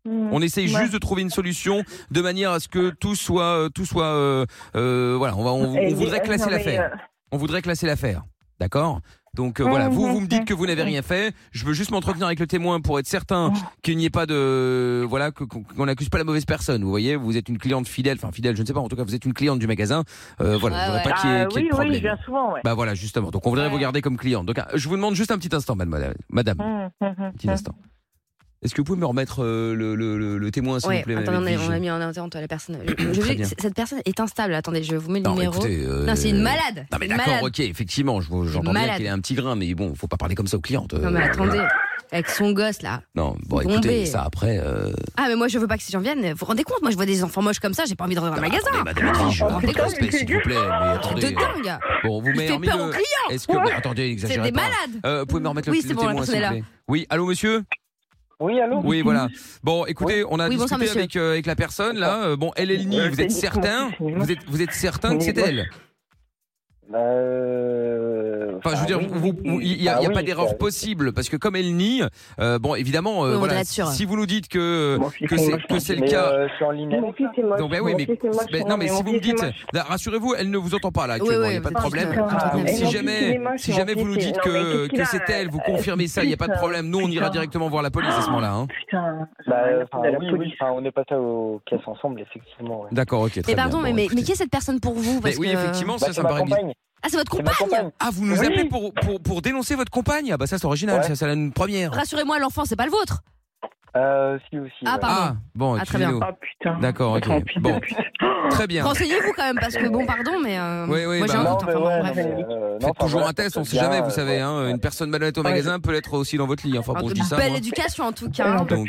[SPEAKER 7] Hmm.
[SPEAKER 2] On essaye
[SPEAKER 7] Ouais.
[SPEAKER 2] juste de trouver une solution de manière à ce que tout soit, euh, tout soit, euh, euh, voilà, on, va, on, on
[SPEAKER 7] Et-
[SPEAKER 2] voudrait
[SPEAKER 7] euh,
[SPEAKER 2] classer
[SPEAKER 7] non, mais,
[SPEAKER 2] l'affaire.
[SPEAKER 7] euh,
[SPEAKER 2] On voudrait classer l'affaire, d'accord donc euh,
[SPEAKER 7] Ouais,
[SPEAKER 2] voilà, vous
[SPEAKER 7] ouais,
[SPEAKER 2] vous me
[SPEAKER 7] ouais.
[SPEAKER 2] dites que vous n'avez rien fait. Je veux juste m'entretenir avec le témoin pour être certain qu'il n'y ait pas de voilà que- qu'on qu'on n'accuse pas la mauvaise personne. Vous voyez, vous êtes une cliente fidèle, enfin fidèle, je ne sais pas. En tout cas, vous êtes une cliente du magasin. Euh, voilà,
[SPEAKER 6] Ouais,
[SPEAKER 2] je voudrais
[SPEAKER 6] ouais.
[SPEAKER 2] pas qu'il y ait,
[SPEAKER 7] ah
[SPEAKER 2] qu'il y ait
[SPEAKER 7] oui,
[SPEAKER 2] de problème.
[SPEAKER 7] oui, bien souvent, ouais.
[SPEAKER 2] Bah voilà, justement. Donc on voudrait
[SPEAKER 6] Ouais.
[SPEAKER 2] vous garder comme client. Donc euh, je vous demande juste un petit instant, madame. Madame,
[SPEAKER 7] Hmm, hmm, hmm,
[SPEAKER 2] un petit
[SPEAKER 7] hmm.
[SPEAKER 2] instant. Est-ce que vous pouvez me remettre euh, le, le- le- le témoin, s'il
[SPEAKER 6] Ouais,
[SPEAKER 2] vous plaît
[SPEAKER 6] attendez,
[SPEAKER 2] madame
[SPEAKER 6] on a-
[SPEAKER 2] Edwige
[SPEAKER 6] on a mis en attente la personne. Je- je-
[SPEAKER 2] Très bien.
[SPEAKER 6] cette personne est instable. Attendez, je vous mets le
[SPEAKER 2] Non,
[SPEAKER 6] numéro.
[SPEAKER 2] écoutez, euh,
[SPEAKER 6] Non, c'est une malade.
[SPEAKER 2] Non mais
[SPEAKER 6] C'est une
[SPEAKER 2] d'accord,
[SPEAKER 6] malade.
[SPEAKER 2] ok, effectivement, je vous- j'entends bien
[SPEAKER 6] Malade.
[SPEAKER 2] qu'il a un petit grain, mais bon, faut pas parler comme ça aux clientes. euh,
[SPEAKER 6] Non, mais attendez. Avec son gosse, là.
[SPEAKER 2] Non, bon,
[SPEAKER 6] Bombé.
[SPEAKER 2] écoutez, ça après. euh,
[SPEAKER 6] Ah, mais moi, je veux pas que ces gens viennent. Vous vous rendez compte Moi, je vois des enfants moches comme ça, j'ai pas envie de rentrer dans un magasin.
[SPEAKER 2] attendez, madame Edwige,
[SPEAKER 7] Oh,
[SPEAKER 2] un peu de
[SPEAKER 7] putain,
[SPEAKER 2] respect,
[SPEAKER 7] mais
[SPEAKER 2] s'il vous plaît. Mais
[SPEAKER 6] C'est
[SPEAKER 2] bah, attendez.
[SPEAKER 6] de dingue.
[SPEAKER 2] Bon, vous
[SPEAKER 6] Il
[SPEAKER 2] m'avez
[SPEAKER 6] fait
[SPEAKER 2] remis
[SPEAKER 6] peur aux
[SPEAKER 2] le.
[SPEAKER 6] clients.
[SPEAKER 2] Est-ce que. mais attendez,
[SPEAKER 6] C'est
[SPEAKER 2] n'exagérez
[SPEAKER 6] des
[SPEAKER 2] pas.
[SPEAKER 6] malades.
[SPEAKER 2] Euh, vous pouvez me remettre le,
[SPEAKER 6] Oui,
[SPEAKER 2] le
[SPEAKER 6] c'est bon, la
[SPEAKER 2] témoin, s'il
[SPEAKER 6] personne
[SPEAKER 2] vous
[SPEAKER 6] est
[SPEAKER 2] plaît. Oui, allô, monsieur
[SPEAKER 3] Oui, allô
[SPEAKER 2] Oui, voilà. Bon, écoutez, on a
[SPEAKER 6] Oui, bonsoir,
[SPEAKER 2] discuté
[SPEAKER 6] monsieur.
[SPEAKER 2] avec, euh, avec la personne là. Euh, Bon, elle, elle nie.
[SPEAKER 7] Ouais,
[SPEAKER 2] Vous
[SPEAKER 7] c'est
[SPEAKER 2] êtes
[SPEAKER 7] dites-moi,
[SPEAKER 2] certain
[SPEAKER 7] excusez-moi.
[SPEAKER 2] Vous êtes vous êtes certain que
[SPEAKER 7] Mais
[SPEAKER 2] c'est
[SPEAKER 7] moi-
[SPEAKER 2] elle
[SPEAKER 3] Euh,
[SPEAKER 2] Enfin, je veux dire,
[SPEAKER 3] oui,
[SPEAKER 2] vous- vous- il n'y a,
[SPEAKER 3] bah
[SPEAKER 2] il y a pas
[SPEAKER 3] oui,
[SPEAKER 2] d'erreur
[SPEAKER 3] ça-
[SPEAKER 2] possible parce que comme elle nie, euh, bon, évidemment, euh,
[SPEAKER 6] Oui, on doit
[SPEAKER 2] voilà,
[SPEAKER 6] être sûr.
[SPEAKER 2] si vous nous dites que
[SPEAKER 3] Mon fils
[SPEAKER 2] que
[SPEAKER 3] est
[SPEAKER 2] c'est-
[SPEAKER 3] moche,
[SPEAKER 2] que c'est le
[SPEAKER 3] mais,
[SPEAKER 2] cas-
[SPEAKER 3] euh, je suis en ligne.
[SPEAKER 7] Mon fils est moche.
[SPEAKER 2] donc, ben oui,
[SPEAKER 7] mon
[SPEAKER 2] mais,
[SPEAKER 7] fils est moche,
[SPEAKER 2] mais-
[SPEAKER 7] mon-
[SPEAKER 2] non, mais
[SPEAKER 7] mon
[SPEAKER 2] si vous
[SPEAKER 7] fils
[SPEAKER 2] me
[SPEAKER 7] est
[SPEAKER 2] dites,
[SPEAKER 7] moche.
[SPEAKER 2] là, rassurez-vous, elle ne vous entend pas là
[SPEAKER 6] Oui,
[SPEAKER 2] actuellement, il
[SPEAKER 6] oui,
[SPEAKER 2] n'y a pas de
[SPEAKER 6] vous êtes
[SPEAKER 2] problème.
[SPEAKER 6] juste, euh,
[SPEAKER 7] Ah,
[SPEAKER 6] entretenable.
[SPEAKER 7] mais
[SPEAKER 2] Si
[SPEAKER 7] mon fils
[SPEAKER 2] jamais,
[SPEAKER 7] est moche,
[SPEAKER 2] si
[SPEAKER 7] mon
[SPEAKER 2] jamais vous
[SPEAKER 7] fils
[SPEAKER 2] nous
[SPEAKER 7] est-
[SPEAKER 2] dites
[SPEAKER 7] non, mais
[SPEAKER 2] que,
[SPEAKER 7] qu'est-ce qu'il
[SPEAKER 2] que
[SPEAKER 7] a,
[SPEAKER 2] c'est elle, vous
[SPEAKER 7] euh,
[SPEAKER 2] confirmez ça, il n'y a pas de
[SPEAKER 7] putain,
[SPEAKER 2] problème. Nous, on ira
[SPEAKER 7] putain.
[SPEAKER 2] directement voir la police à ce moment-là. hein.
[SPEAKER 7] Putain, j'en ai
[SPEAKER 3] Bah,
[SPEAKER 7] rien à
[SPEAKER 3] euh,
[SPEAKER 7] foutre
[SPEAKER 3] enfin,
[SPEAKER 7] de la
[SPEAKER 3] oui,
[SPEAKER 7] police.
[SPEAKER 3] oui, enfin, on est passé aux caisses ensemble, effectivement. ouais.
[SPEAKER 2] D'accord, ok, très
[SPEAKER 6] Mais Eh, pardon,
[SPEAKER 2] bien.
[SPEAKER 6] ben
[SPEAKER 2] Bon,
[SPEAKER 6] mais, mais, mais
[SPEAKER 2] écoutez.
[SPEAKER 6] qui est cette personne pour vous
[SPEAKER 2] Mais
[SPEAKER 6] Parce
[SPEAKER 2] oui,
[SPEAKER 6] que- euh,
[SPEAKER 2] effectivement,
[SPEAKER 3] Bah,
[SPEAKER 2] ça,
[SPEAKER 3] c'est
[SPEAKER 2] ça me
[SPEAKER 3] ma
[SPEAKER 2] paraît bien.
[SPEAKER 3] compagne.
[SPEAKER 6] Ah, c'est votre
[SPEAKER 3] C'est ma
[SPEAKER 6] compagne
[SPEAKER 3] compagne.
[SPEAKER 2] Ah, vous nous
[SPEAKER 3] Oui.
[SPEAKER 2] appelez pour, pour, pour dénoncer votre compagne Ah bah ça, c'est original,
[SPEAKER 3] Ouais.
[SPEAKER 2] ça, c'est une première.
[SPEAKER 6] Rassurez-moi, l'enfant, c'est pas le vôtre.
[SPEAKER 3] Euh, si aussi.
[SPEAKER 6] Ah,
[SPEAKER 3] ouais.
[SPEAKER 6] pardon.
[SPEAKER 2] Ah, bon,
[SPEAKER 6] Ah, très bien.
[SPEAKER 2] excusez-nous.
[SPEAKER 7] Ah putain.
[SPEAKER 2] D'accord, ok.
[SPEAKER 7] Tant pis,
[SPEAKER 2] Bon,
[SPEAKER 7] tant pis.
[SPEAKER 2] très bien.
[SPEAKER 6] Renseignez-vous quand même, parce que bon, pardon, mais. euh,
[SPEAKER 2] Oui, oui,
[SPEAKER 6] moi, j'ai
[SPEAKER 2] bah,
[SPEAKER 6] un
[SPEAKER 3] Non,
[SPEAKER 6] doute,
[SPEAKER 3] mais
[SPEAKER 6] enfin, bon,
[SPEAKER 3] ouais,
[SPEAKER 6] bref.
[SPEAKER 3] mais, euh, non,
[SPEAKER 2] Faites
[SPEAKER 3] enfin,
[SPEAKER 2] toujours
[SPEAKER 3] voilà,
[SPEAKER 2] un test,
[SPEAKER 3] ça
[SPEAKER 2] on
[SPEAKER 3] se
[SPEAKER 2] sait
[SPEAKER 3] passe
[SPEAKER 2] jamais,
[SPEAKER 3] bien,
[SPEAKER 2] vous
[SPEAKER 3] euh,
[SPEAKER 2] savez,
[SPEAKER 3] ouais.
[SPEAKER 2] hein, une personne malhonnête au magasin peut l'être aussi dans votre lit. Enfin
[SPEAKER 6] Alors,
[SPEAKER 2] bon, je
[SPEAKER 6] de
[SPEAKER 2] dis ça.
[SPEAKER 6] belle
[SPEAKER 2] moi.
[SPEAKER 6] éducation en tout cas. hein.
[SPEAKER 2] Donc,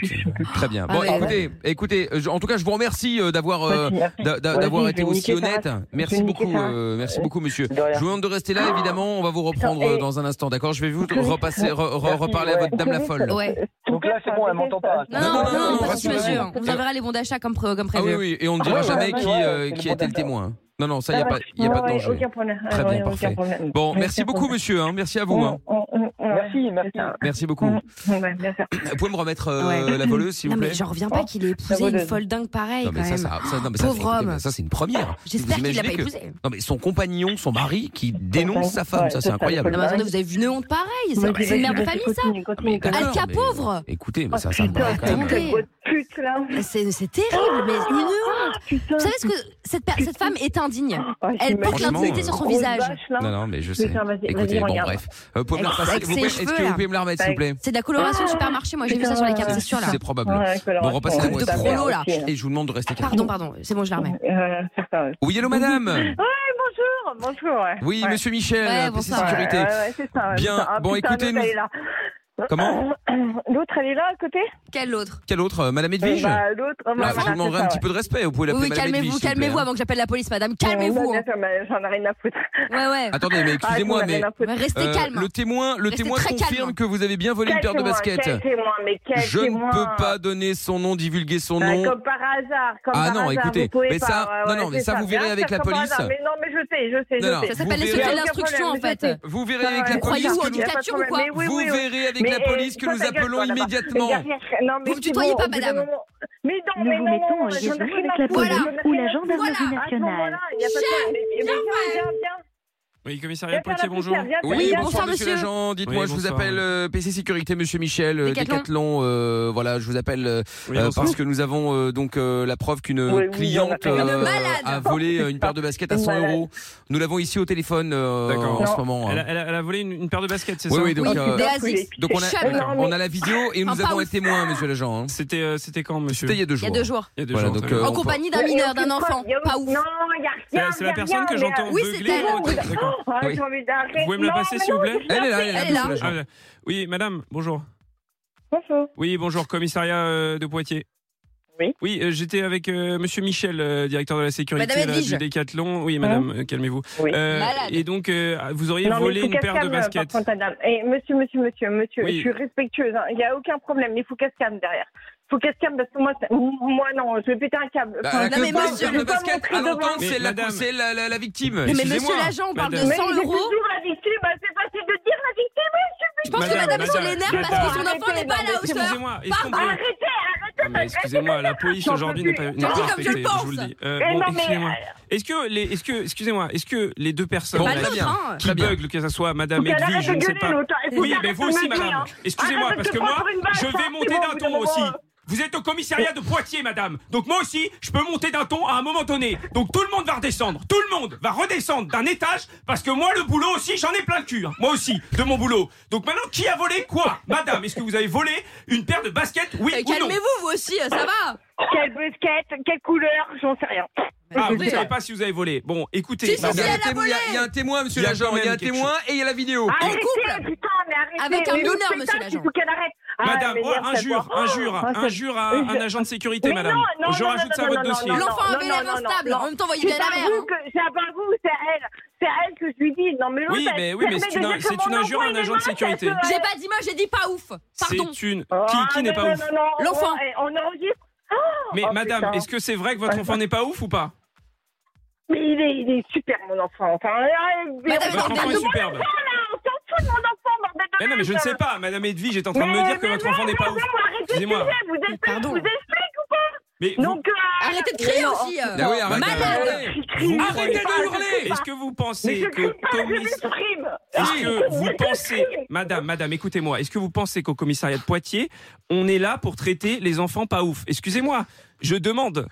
[SPEAKER 2] très bien. Bon,
[SPEAKER 6] Ah, mais-
[SPEAKER 2] écoutez, écoutez, euh, je- en tout cas, je vous remercie euh, d'avoir euh,
[SPEAKER 7] Merci.
[SPEAKER 2] d'a- d'a-
[SPEAKER 7] Vas-y,
[SPEAKER 2] d'avoir
[SPEAKER 7] je
[SPEAKER 2] été
[SPEAKER 7] vais
[SPEAKER 2] aussi
[SPEAKER 7] niquer ta
[SPEAKER 2] honnête. Merci
[SPEAKER 7] vais
[SPEAKER 2] beaucoup,
[SPEAKER 7] niquer ta race.
[SPEAKER 2] euh, merci beaucoup, monsieur.
[SPEAKER 3] De rien.
[SPEAKER 2] Je vous demande de rester là, évidemment. On va vous reprendre
[SPEAKER 7] Putain,
[SPEAKER 2] euh,
[SPEAKER 7] et-
[SPEAKER 2] dans un instant, d'accord Je vais vous
[SPEAKER 7] Merci.
[SPEAKER 2] repasser, re- re-
[SPEAKER 3] Merci,
[SPEAKER 2] reparler à
[SPEAKER 3] ouais.
[SPEAKER 2] votre dame la folle.
[SPEAKER 6] Ouais.
[SPEAKER 3] Donc là, c'est bon, elle m'entend pas.
[SPEAKER 2] Non,
[SPEAKER 6] Non, non,
[SPEAKER 2] non, non,
[SPEAKER 6] non, non, pas
[SPEAKER 2] non,
[SPEAKER 6] sur
[SPEAKER 2] rassurez-vous.
[SPEAKER 6] mesure. On vous enverra les bons d'achat comme, pré- comme
[SPEAKER 2] Ah oui,
[SPEAKER 6] prévu.
[SPEAKER 2] oui, et on ne dira
[SPEAKER 3] Ah, ouais,
[SPEAKER 2] jamais
[SPEAKER 3] ouais,
[SPEAKER 2] qui,
[SPEAKER 3] ouais,
[SPEAKER 2] euh,
[SPEAKER 3] c'est
[SPEAKER 2] qui
[SPEAKER 3] le
[SPEAKER 2] a été le
[SPEAKER 3] bordel.
[SPEAKER 2] témoin. Non, non, ça, il n'y a pas, il y a pas de danger. Très bien, parfait. Bon, merci beaucoup, monsieur. hein, Merci à vous. hein.
[SPEAKER 3] Merci, merci.
[SPEAKER 2] Merci beaucoup. Vous pouvez me remettre euh,
[SPEAKER 6] Ouais.
[SPEAKER 2] la voleuse, s'il
[SPEAKER 6] Non,
[SPEAKER 2] vous plaît
[SPEAKER 6] mais j'en reviens pas qu'il ait épousé
[SPEAKER 7] Ça vaut
[SPEAKER 6] une
[SPEAKER 7] le-
[SPEAKER 6] folle dingue pareille
[SPEAKER 2] Non, mais
[SPEAKER 6] quand
[SPEAKER 2] ça,
[SPEAKER 6] même.
[SPEAKER 2] ça, ça- non, mais ça,
[SPEAKER 6] Pauvre
[SPEAKER 2] écoutez,
[SPEAKER 6] homme.
[SPEAKER 2] mais ça, c'est une première.
[SPEAKER 6] J'espère
[SPEAKER 2] Vous
[SPEAKER 6] qu'il l'a pas
[SPEAKER 2] imaginez que-
[SPEAKER 6] épousé.
[SPEAKER 2] Non, mais son compagnon, son mari, qui dénonce sa femme,
[SPEAKER 7] Ouais,
[SPEAKER 2] ça,
[SPEAKER 7] ça,
[SPEAKER 2] c'est
[SPEAKER 7] ça,
[SPEAKER 2] incroyable.
[SPEAKER 7] c'est
[SPEAKER 6] Non, mais attendez, vous avez vu une honte pareille. C'est c'est une mère de famille, ça.
[SPEAKER 2] Ah, mais d'accord,
[SPEAKER 6] Al Capone,
[SPEAKER 2] mais-
[SPEAKER 6] pauvre.
[SPEAKER 2] Écoutez, mais
[SPEAKER 7] Oh,
[SPEAKER 2] ça, ça me
[SPEAKER 7] putain,
[SPEAKER 2] paraît quand même.
[SPEAKER 6] attendez.
[SPEAKER 7] Cette bonne pute là.
[SPEAKER 6] C'est c'est terrible, mais une honte.
[SPEAKER 7] Putain.
[SPEAKER 6] Vous savez ce que cette, per- cette femme est indigne.
[SPEAKER 7] Ah,
[SPEAKER 6] Elle
[SPEAKER 7] j'imagine.
[SPEAKER 6] porte
[SPEAKER 2] Franchement,
[SPEAKER 6] l'indignité
[SPEAKER 2] euh,
[SPEAKER 6] sur son
[SPEAKER 7] Grosse
[SPEAKER 6] visage.
[SPEAKER 7] vache, là.
[SPEAKER 2] Non, non, mais je sais.
[SPEAKER 7] Putain, vas-y, vas-y,
[SPEAKER 2] Écoutez, bon,
[SPEAKER 7] regarde.
[SPEAKER 2] bref. Euh, Vous pouvez me la
[SPEAKER 6] Avec-
[SPEAKER 2] repasser-
[SPEAKER 6] avec
[SPEAKER 2] vous
[SPEAKER 6] ses
[SPEAKER 2] pouvez- Est-ce que
[SPEAKER 6] cheveux,
[SPEAKER 2] vous pouvez me la remettre, s'il vous plaît
[SPEAKER 6] C'est de la coloration au supermarché, moi j'ai vu ça sur les câbles, c'est sûr là.
[SPEAKER 2] C'est probable.
[SPEAKER 7] Ouais, que leur
[SPEAKER 2] Bon, repassez la
[SPEAKER 7] raconte.
[SPEAKER 2] moitié.
[SPEAKER 6] De prolo, là.
[SPEAKER 7] Ok.
[SPEAKER 2] Et je vous demande de rester calme.
[SPEAKER 6] Pardon, pardon, c'est bon, je la remets.
[SPEAKER 7] Euh, c'est ça, ouais.
[SPEAKER 2] Oui, allô, madame.
[SPEAKER 7] Bonjour, bonjour. ouais.
[SPEAKER 2] Oui,
[SPEAKER 7] Ouais.
[SPEAKER 2] monsieur Michel,
[SPEAKER 6] Ouais,
[SPEAKER 2] PC
[SPEAKER 6] bonsoir.
[SPEAKER 7] Ouais,
[SPEAKER 2] Sécurité.
[SPEAKER 7] ouais, ouais, c'est ça, ouais,
[SPEAKER 2] Bien.
[SPEAKER 7] putain. Ah,
[SPEAKER 2] Bon,
[SPEAKER 7] putain,
[SPEAKER 2] écoutez,
[SPEAKER 7] l'autre,
[SPEAKER 2] nous-
[SPEAKER 7] elle est là.
[SPEAKER 2] Comment
[SPEAKER 7] L'autre, elle est là à côté
[SPEAKER 6] Quelle autre
[SPEAKER 2] Quel autre euh, Madame Edwige
[SPEAKER 7] Euh, bah, L'autre, oh,
[SPEAKER 2] Là,
[SPEAKER 7] bah,
[SPEAKER 2] je vous
[SPEAKER 7] voilà,
[SPEAKER 2] demanderai
[SPEAKER 7] c'est
[SPEAKER 2] un
[SPEAKER 7] ça,
[SPEAKER 2] petit peu de respect. Vous pouvez
[SPEAKER 6] Oui,
[SPEAKER 2] l'appeler
[SPEAKER 6] oui,
[SPEAKER 2] Madame Edwige.
[SPEAKER 6] calmez-vous,
[SPEAKER 2] s'il vous plaît,
[SPEAKER 6] calmez-vous
[SPEAKER 2] hein.
[SPEAKER 6] avant que j'appelle la police, madame.
[SPEAKER 7] ouais.
[SPEAKER 6] Calmez-vous.
[SPEAKER 7] Ouais,
[SPEAKER 6] hein.
[SPEAKER 7] bien sûr, mais J'en ai rien à foutre.
[SPEAKER 6] Ouais, ouais.
[SPEAKER 2] Attendez, mais
[SPEAKER 7] Ah,
[SPEAKER 2] excusez-moi,
[SPEAKER 7] j'en ai
[SPEAKER 2] mais.
[SPEAKER 7] rien à foutre.
[SPEAKER 6] Mais Restez
[SPEAKER 2] euh,
[SPEAKER 6] calme.
[SPEAKER 2] Le témoin, le
[SPEAKER 6] Restez
[SPEAKER 2] témoin
[SPEAKER 6] très
[SPEAKER 2] confirme
[SPEAKER 6] calme.
[SPEAKER 2] que vous avez bien volé une
[SPEAKER 7] Quel
[SPEAKER 2] paire de
[SPEAKER 7] témoin, Quel
[SPEAKER 2] baskets.
[SPEAKER 7] témoin, mais quel
[SPEAKER 2] Je ne
[SPEAKER 7] témoin
[SPEAKER 2] peux pas donner son nom, divulguer son
[SPEAKER 7] Bah,
[SPEAKER 2] nom.
[SPEAKER 7] Comme par hasard, comme
[SPEAKER 2] Ah
[SPEAKER 7] par
[SPEAKER 2] non,
[SPEAKER 7] hasard,
[SPEAKER 2] écoutez,
[SPEAKER 7] vous pouvez
[SPEAKER 2] mais
[SPEAKER 7] pas,
[SPEAKER 2] ça-
[SPEAKER 7] ouais,
[SPEAKER 2] non,
[SPEAKER 7] ouais,
[SPEAKER 2] non, mais
[SPEAKER 7] c'est
[SPEAKER 2] ça, vous verrez
[SPEAKER 7] Bien
[SPEAKER 2] avec la
[SPEAKER 7] sûr, comme par
[SPEAKER 2] police.
[SPEAKER 7] hasard. Mais non, mais je sais, je sais,
[SPEAKER 2] Non, non.
[SPEAKER 7] je sais.
[SPEAKER 6] Ça s'appelle
[SPEAKER 2] Vous
[SPEAKER 6] les
[SPEAKER 2] verrez.
[SPEAKER 6] secrets de l'instruction en
[SPEAKER 7] Aucun problème,
[SPEAKER 6] fait.
[SPEAKER 7] je sais.
[SPEAKER 2] Vous verrez avec
[SPEAKER 7] Ouais,
[SPEAKER 2] la police
[SPEAKER 7] ouais,
[SPEAKER 6] Croyez-vous en
[SPEAKER 7] c'est ça,
[SPEAKER 2] que
[SPEAKER 7] y a pas de
[SPEAKER 6] dictature ou
[SPEAKER 7] problème.
[SPEAKER 6] quoi
[SPEAKER 7] Mais oui,
[SPEAKER 2] vous
[SPEAKER 7] oui, oui.
[SPEAKER 2] verrez avec
[SPEAKER 7] Mais,
[SPEAKER 2] la
[SPEAKER 7] eh,
[SPEAKER 2] police que
[SPEAKER 7] toi,
[SPEAKER 2] nous
[SPEAKER 7] ta gueule,
[SPEAKER 2] appelons
[SPEAKER 7] toi, là-bas.
[SPEAKER 2] immédiatement.
[SPEAKER 7] Mais derrière, non, mais
[SPEAKER 6] Vous me
[SPEAKER 7] c'est
[SPEAKER 6] tutoyez
[SPEAKER 7] bon,
[SPEAKER 6] pas,
[SPEAKER 7] au bout
[SPEAKER 6] madame.
[SPEAKER 7] d'un moment- Mais non,
[SPEAKER 8] Nous
[SPEAKER 7] mais
[SPEAKER 8] vous
[SPEAKER 7] non,
[SPEAKER 8] mettons en
[SPEAKER 7] j'en ai
[SPEAKER 8] liaison avec
[SPEAKER 7] rien à
[SPEAKER 8] la
[SPEAKER 7] foutre.
[SPEAKER 8] police
[SPEAKER 6] Voilà.
[SPEAKER 8] ou la gendarmerie
[SPEAKER 6] Voilà.
[SPEAKER 7] À ce moment-là,
[SPEAKER 8] nationale.
[SPEAKER 7] il n'y a pas de problème. Mais- mais Viens, viens, viens.
[SPEAKER 5] Oui, commissariat
[SPEAKER 7] Viens
[SPEAKER 5] Poitiers,
[SPEAKER 7] faire la
[SPEAKER 5] bonjour.
[SPEAKER 7] poussière, viens,
[SPEAKER 2] Oui,
[SPEAKER 7] viens.
[SPEAKER 2] bonsoir, monsieur
[SPEAKER 6] monsieur.
[SPEAKER 2] l'agent. Dites-moi,
[SPEAKER 5] Oui,
[SPEAKER 2] je vous
[SPEAKER 5] bonsoir.
[SPEAKER 2] appelle euh, PC Sécurité, monsieur Michel, euh,
[SPEAKER 6] Décathlon.
[SPEAKER 2] Décathlon. euh, voilà, je vous appelle euh,
[SPEAKER 5] Oui,
[SPEAKER 2] euh,
[SPEAKER 5] bonsoir.
[SPEAKER 2] parce que nous avons euh, donc euh, la preuve qu'une
[SPEAKER 7] Oui, oui,
[SPEAKER 2] cliente
[SPEAKER 7] on a fait
[SPEAKER 6] une
[SPEAKER 2] euh,
[SPEAKER 6] malade.
[SPEAKER 2] a volé euh, une paire de baskets à
[SPEAKER 7] Une
[SPEAKER 2] 100
[SPEAKER 7] malade.
[SPEAKER 2] euros. Nous l'avons ici au téléphone euh,
[SPEAKER 5] D'accord.
[SPEAKER 2] en
[SPEAKER 7] Non.
[SPEAKER 2] ce moment.
[SPEAKER 5] Elle
[SPEAKER 2] hein.
[SPEAKER 5] a, elle a- elle a volé une, une paire de baskets, c'est
[SPEAKER 2] Oui,
[SPEAKER 5] ça
[SPEAKER 2] oui, donc,
[SPEAKER 6] Oui,
[SPEAKER 2] euh,
[SPEAKER 6] des Aziz.
[SPEAKER 2] donc on, a,
[SPEAKER 6] Chut,
[SPEAKER 7] non, mais-
[SPEAKER 2] on a la vidéo et nous
[SPEAKER 6] Enfin,
[SPEAKER 2] avons
[SPEAKER 6] ouf.
[SPEAKER 2] un témoin, monsieur l'agent. hein.
[SPEAKER 5] C'était euh, c'était quand, monsieur
[SPEAKER 2] C'était il y a deux
[SPEAKER 6] Il y
[SPEAKER 2] jours.
[SPEAKER 6] a deux jours.
[SPEAKER 5] Il y a deux
[SPEAKER 2] Voilà,
[SPEAKER 5] jours,
[SPEAKER 2] donc,
[SPEAKER 5] très bien.
[SPEAKER 2] euh,
[SPEAKER 6] En
[SPEAKER 2] on peut-
[SPEAKER 6] compagnie
[SPEAKER 7] Il y
[SPEAKER 6] d'un
[SPEAKER 7] a
[SPEAKER 6] mineur,
[SPEAKER 7] aucune
[SPEAKER 6] d'un
[SPEAKER 7] preuve,
[SPEAKER 6] enfant.
[SPEAKER 7] il y a
[SPEAKER 6] Pas
[SPEAKER 7] aucune-
[SPEAKER 6] ouf.
[SPEAKER 7] Non, il n'y a rien.
[SPEAKER 5] Euh, C'est la
[SPEAKER 7] il y a
[SPEAKER 5] personne que
[SPEAKER 7] rien,
[SPEAKER 5] j'entends
[SPEAKER 7] mais-
[SPEAKER 6] Oui,
[SPEAKER 5] beugler.
[SPEAKER 6] c'est elle.
[SPEAKER 5] Ok, D'accord.
[SPEAKER 7] Ah,
[SPEAKER 2] Oui.
[SPEAKER 7] j'ai envie d'arrêter.
[SPEAKER 5] Vous pouvez me la
[SPEAKER 7] Non,
[SPEAKER 5] passer,
[SPEAKER 7] mais
[SPEAKER 5] s'il vous
[SPEAKER 7] non,
[SPEAKER 5] plaît
[SPEAKER 2] Elle est là, elle est là,
[SPEAKER 6] Elle est là.
[SPEAKER 2] monsieur l'agent.
[SPEAKER 5] Ah, là. Oui, madame, bonjour.
[SPEAKER 7] Bonjour.
[SPEAKER 5] Oui, bonjour, commissariat euh, de Poitiers.
[SPEAKER 7] Oui.
[SPEAKER 5] Oui, euh, j'étais avec euh, Monsieur Michel, euh, directeur de la sécurité
[SPEAKER 6] Madame
[SPEAKER 5] là,
[SPEAKER 6] Edwige.
[SPEAKER 5] du Décathlon. Oui, madame, euh, calmez-vous.
[SPEAKER 7] Mmh. Oui.
[SPEAKER 5] Euh,
[SPEAKER 6] Malade.
[SPEAKER 5] et donc, euh, vous auriez
[SPEAKER 7] Non, mais il
[SPEAKER 5] volé
[SPEAKER 7] faut
[SPEAKER 5] une
[SPEAKER 7] qu'elle
[SPEAKER 5] paire de
[SPEAKER 7] calme,
[SPEAKER 5] baskets.
[SPEAKER 7] par contre, madame. Eh, monsieur, monsieur, monsieur, monsieur,
[SPEAKER 5] Oui.
[SPEAKER 7] je suis respectueuse. hein. Il n'y a aucun problème, mais il faut qu'elle se calme derrière. Il faut qu'elle se calme parce que moi, ça- moi non, je vais péter un câble.
[SPEAKER 2] Bah,
[SPEAKER 7] Enfin,
[SPEAKER 2] la
[SPEAKER 7] je
[SPEAKER 6] mais
[SPEAKER 7] vais pas-
[SPEAKER 2] paire
[SPEAKER 6] monsieur,
[SPEAKER 7] je
[SPEAKER 2] de
[SPEAKER 7] vais pas
[SPEAKER 2] baskets,
[SPEAKER 7] montrer
[SPEAKER 2] à l'entendre,
[SPEAKER 7] devant-
[SPEAKER 5] Mais
[SPEAKER 2] c'est la,
[SPEAKER 5] madame-
[SPEAKER 2] c'est la, la- la victime.
[SPEAKER 6] Mais
[SPEAKER 2] Excusez-moi.
[SPEAKER 6] monsieur l'agent, on parle de
[SPEAKER 5] madame.
[SPEAKER 6] 100
[SPEAKER 7] Mais
[SPEAKER 6] euros.
[SPEAKER 7] c'est toujours la victime, hein, c'est facile de dire la victime.
[SPEAKER 6] Je pense que
[SPEAKER 5] Madame,
[SPEAKER 6] madame est sur
[SPEAKER 5] madame,
[SPEAKER 6] les nerfs parce que son
[SPEAKER 7] madame.
[SPEAKER 6] enfant n'est pas à la hauteur.
[SPEAKER 5] Excusez-moi, est-ce qu'on peut-
[SPEAKER 7] Arrêtez, arrêtez.
[SPEAKER 5] Non, Ah. mais Excusez-moi, la police
[SPEAKER 7] J'en peux
[SPEAKER 5] aujourd'hui n'est
[SPEAKER 7] plus.
[SPEAKER 5] pas.
[SPEAKER 7] Je le dis
[SPEAKER 6] comme je le
[SPEAKER 5] respectez,
[SPEAKER 6] pense.
[SPEAKER 5] Je vous le dis. Euh,
[SPEAKER 7] Eh
[SPEAKER 5] bon,
[SPEAKER 7] non, mais-
[SPEAKER 5] excusez-moi. Est-ce que les, est-ce que, excusez-moi, est-ce que les deux personnes
[SPEAKER 2] Bon,
[SPEAKER 6] Pas
[SPEAKER 5] là,
[SPEAKER 2] très
[SPEAKER 6] l'autre,
[SPEAKER 2] bien.
[SPEAKER 6] hein.
[SPEAKER 5] qui
[SPEAKER 2] Très bien.
[SPEAKER 5] bug, que ça soit Madame
[SPEAKER 7] Qu'elle
[SPEAKER 5] Edwige,
[SPEAKER 7] arrête
[SPEAKER 5] je
[SPEAKER 7] de
[SPEAKER 5] ne sais
[SPEAKER 7] gueuler,
[SPEAKER 5] pas.
[SPEAKER 7] l'autre. Il faut
[SPEAKER 5] Oui,
[SPEAKER 7] qu'elle
[SPEAKER 5] mais
[SPEAKER 7] arrête
[SPEAKER 5] vous
[SPEAKER 7] de
[SPEAKER 5] aussi,
[SPEAKER 7] me dire,
[SPEAKER 5] madame.
[SPEAKER 7] hein.
[SPEAKER 5] Excusez-moi,
[SPEAKER 7] Arrête
[SPEAKER 5] parce
[SPEAKER 7] de
[SPEAKER 5] que
[SPEAKER 7] te
[SPEAKER 5] moi,
[SPEAKER 7] prendre une balle,
[SPEAKER 5] je
[SPEAKER 7] ça,
[SPEAKER 5] vais monter
[SPEAKER 7] c'est bon,
[SPEAKER 5] d'un
[SPEAKER 7] au bout
[SPEAKER 5] ton
[SPEAKER 7] d'un
[SPEAKER 5] aussi.
[SPEAKER 7] moment,
[SPEAKER 5] Vous êtes au commissariat de Poitiers, madame. Donc moi aussi, je peux monter d'un ton à un moment donné. Donc tout le monde va redescendre. Tout le monde va redescendre d'un étage parce que moi, le boulot aussi, j'en ai plein le cul. hein. Moi aussi, de mon boulot. Donc maintenant, qui a volé quoi Madame, est-ce que vous avez volé une paire de baskets Oui
[SPEAKER 6] Eh,
[SPEAKER 5] ou non
[SPEAKER 6] Calmez-vous, vous aussi, ça va.
[SPEAKER 7] hein. Quelle basket, quelle couleur, j'en sais rien.
[SPEAKER 5] Ah, vous
[SPEAKER 6] Écoutez,
[SPEAKER 5] savez pas si vous avez volé. Bon, écoutez,
[SPEAKER 6] Si, si,
[SPEAKER 2] Non, mais
[SPEAKER 6] si,
[SPEAKER 2] Bah, il y a
[SPEAKER 6] elle a
[SPEAKER 2] un témoin- il y a- Il y a un témoin, monsieur
[SPEAKER 5] Il y a
[SPEAKER 2] l'agent.
[SPEAKER 5] quand
[SPEAKER 2] Il y a
[SPEAKER 5] même
[SPEAKER 2] un
[SPEAKER 5] quelque
[SPEAKER 2] témoin et il y a la vidéo.
[SPEAKER 7] Arrêtez,
[SPEAKER 6] couple.
[SPEAKER 7] putain, mais arrêtez.
[SPEAKER 6] Avec un
[SPEAKER 7] Mais
[SPEAKER 6] mineur,
[SPEAKER 7] c'est
[SPEAKER 6] monsieur
[SPEAKER 7] ça,
[SPEAKER 6] l'agent.
[SPEAKER 7] Il faut qu'elle arrête. Ah,
[SPEAKER 5] Madame,
[SPEAKER 7] mais
[SPEAKER 5] oh,
[SPEAKER 7] merde, ça
[SPEAKER 5] injure,
[SPEAKER 7] doit-
[SPEAKER 5] injure,
[SPEAKER 7] Ah, ça-
[SPEAKER 5] injure à un agent de sécurité,
[SPEAKER 7] Mais
[SPEAKER 5] madame.
[SPEAKER 7] non, non,
[SPEAKER 5] Je
[SPEAKER 7] non,
[SPEAKER 5] rajoute
[SPEAKER 7] non,
[SPEAKER 5] ça à
[SPEAKER 7] non,
[SPEAKER 5] votre
[SPEAKER 7] non,
[SPEAKER 5] dossier. hein.
[SPEAKER 7] non, non.
[SPEAKER 6] L'enfant avait l'élève
[SPEAKER 7] non, non,
[SPEAKER 6] instable.
[SPEAKER 7] non.
[SPEAKER 6] En même temps, voyez
[SPEAKER 7] C'est
[SPEAKER 6] bien la
[SPEAKER 7] par
[SPEAKER 6] mère.
[SPEAKER 7] vous que, c'est par vous, c'est elle. C'est elle que je lui dis. Non, mais l'autre,
[SPEAKER 5] Oui,
[SPEAKER 7] elle
[SPEAKER 5] mais-
[SPEAKER 7] se
[SPEAKER 5] oui, mais
[SPEAKER 7] permet
[SPEAKER 5] c'est
[SPEAKER 7] de
[SPEAKER 5] une-
[SPEAKER 7] dire que
[SPEAKER 5] c'est
[SPEAKER 7] mon
[SPEAKER 5] une injure à un
[SPEAKER 7] enfant, il
[SPEAKER 5] agent de
[SPEAKER 7] est moche,
[SPEAKER 5] sécurité.
[SPEAKER 7] elle se-
[SPEAKER 6] J'ai pas d'image, j'ai dit pas ouf. Pardon.
[SPEAKER 5] C'est une.
[SPEAKER 7] Ah,
[SPEAKER 5] Qui, qui n'est
[SPEAKER 7] non,
[SPEAKER 5] pas
[SPEAKER 7] non,
[SPEAKER 5] ouf
[SPEAKER 7] non, non, on-
[SPEAKER 6] L'enfant.
[SPEAKER 7] On enregistre.
[SPEAKER 5] Mais
[SPEAKER 7] Oh,
[SPEAKER 5] madame,
[SPEAKER 7] putain.
[SPEAKER 5] est-ce que c'est vrai que votre enfant n'est pas ouf ou pas
[SPEAKER 7] Mais il est, il est super, mon enfant. Enfin, ah, mais-
[SPEAKER 4] Madame,
[SPEAKER 5] Votre enfant est superbe.
[SPEAKER 7] on s'en fout de mon enfant, bordel de
[SPEAKER 5] Mais non, mais je ne sais pas, Madame Edwige est en train de me dire que votre enfant n'est pas ouf. Excusez-moi.
[SPEAKER 7] Excusez-moi. Vous êtes
[SPEAKER 8] Pardon.
[SPEAKER 7] vous explique ou pas
[SPEAKER 5] Mais vous-
[SPEAKER 7] Donc, euh,
[SPEAKER 8] Arrêtez de crier
[SPEAKER 7] non.
[SPEAKER 8] aussi. euh.
[SPEAKER 2] Ah oui, arrête
[SPEAKER 8] Malade.
[SPEAKER 2] de hurler.
[SPEAKER 5] vous-
[SPEAKER 7] Mais
[SPEAKER 5] arrêtez
[SPEAKER 7] je
[SPEAKER 5] de hurler
[SPEAKER 7] crie pas.
[SPEAKER 5] Est-ce que vous
[SPEAKER 7] Mais
[SPEAKER 5] pensez
[SPEAKER 7] je
[SPEAKER 5] que
[SPEAKER 7] crie pas, je
[SPEAKER 5] commis-
[SPEAKER 7] m'exprime.
[SPEAKER 5] Est-ce que vous
[SPEAKER 7] Je
[SPEAKER 5] pensez,
[SPEAKER 7] crie.
[SPEAKER 5] madame, madame, écoutez-moi, est-ce que vous pensez qu'au commissariat de Poitiers, on est là pour traiter les enfants pas ouf Excusez-moi, je demande.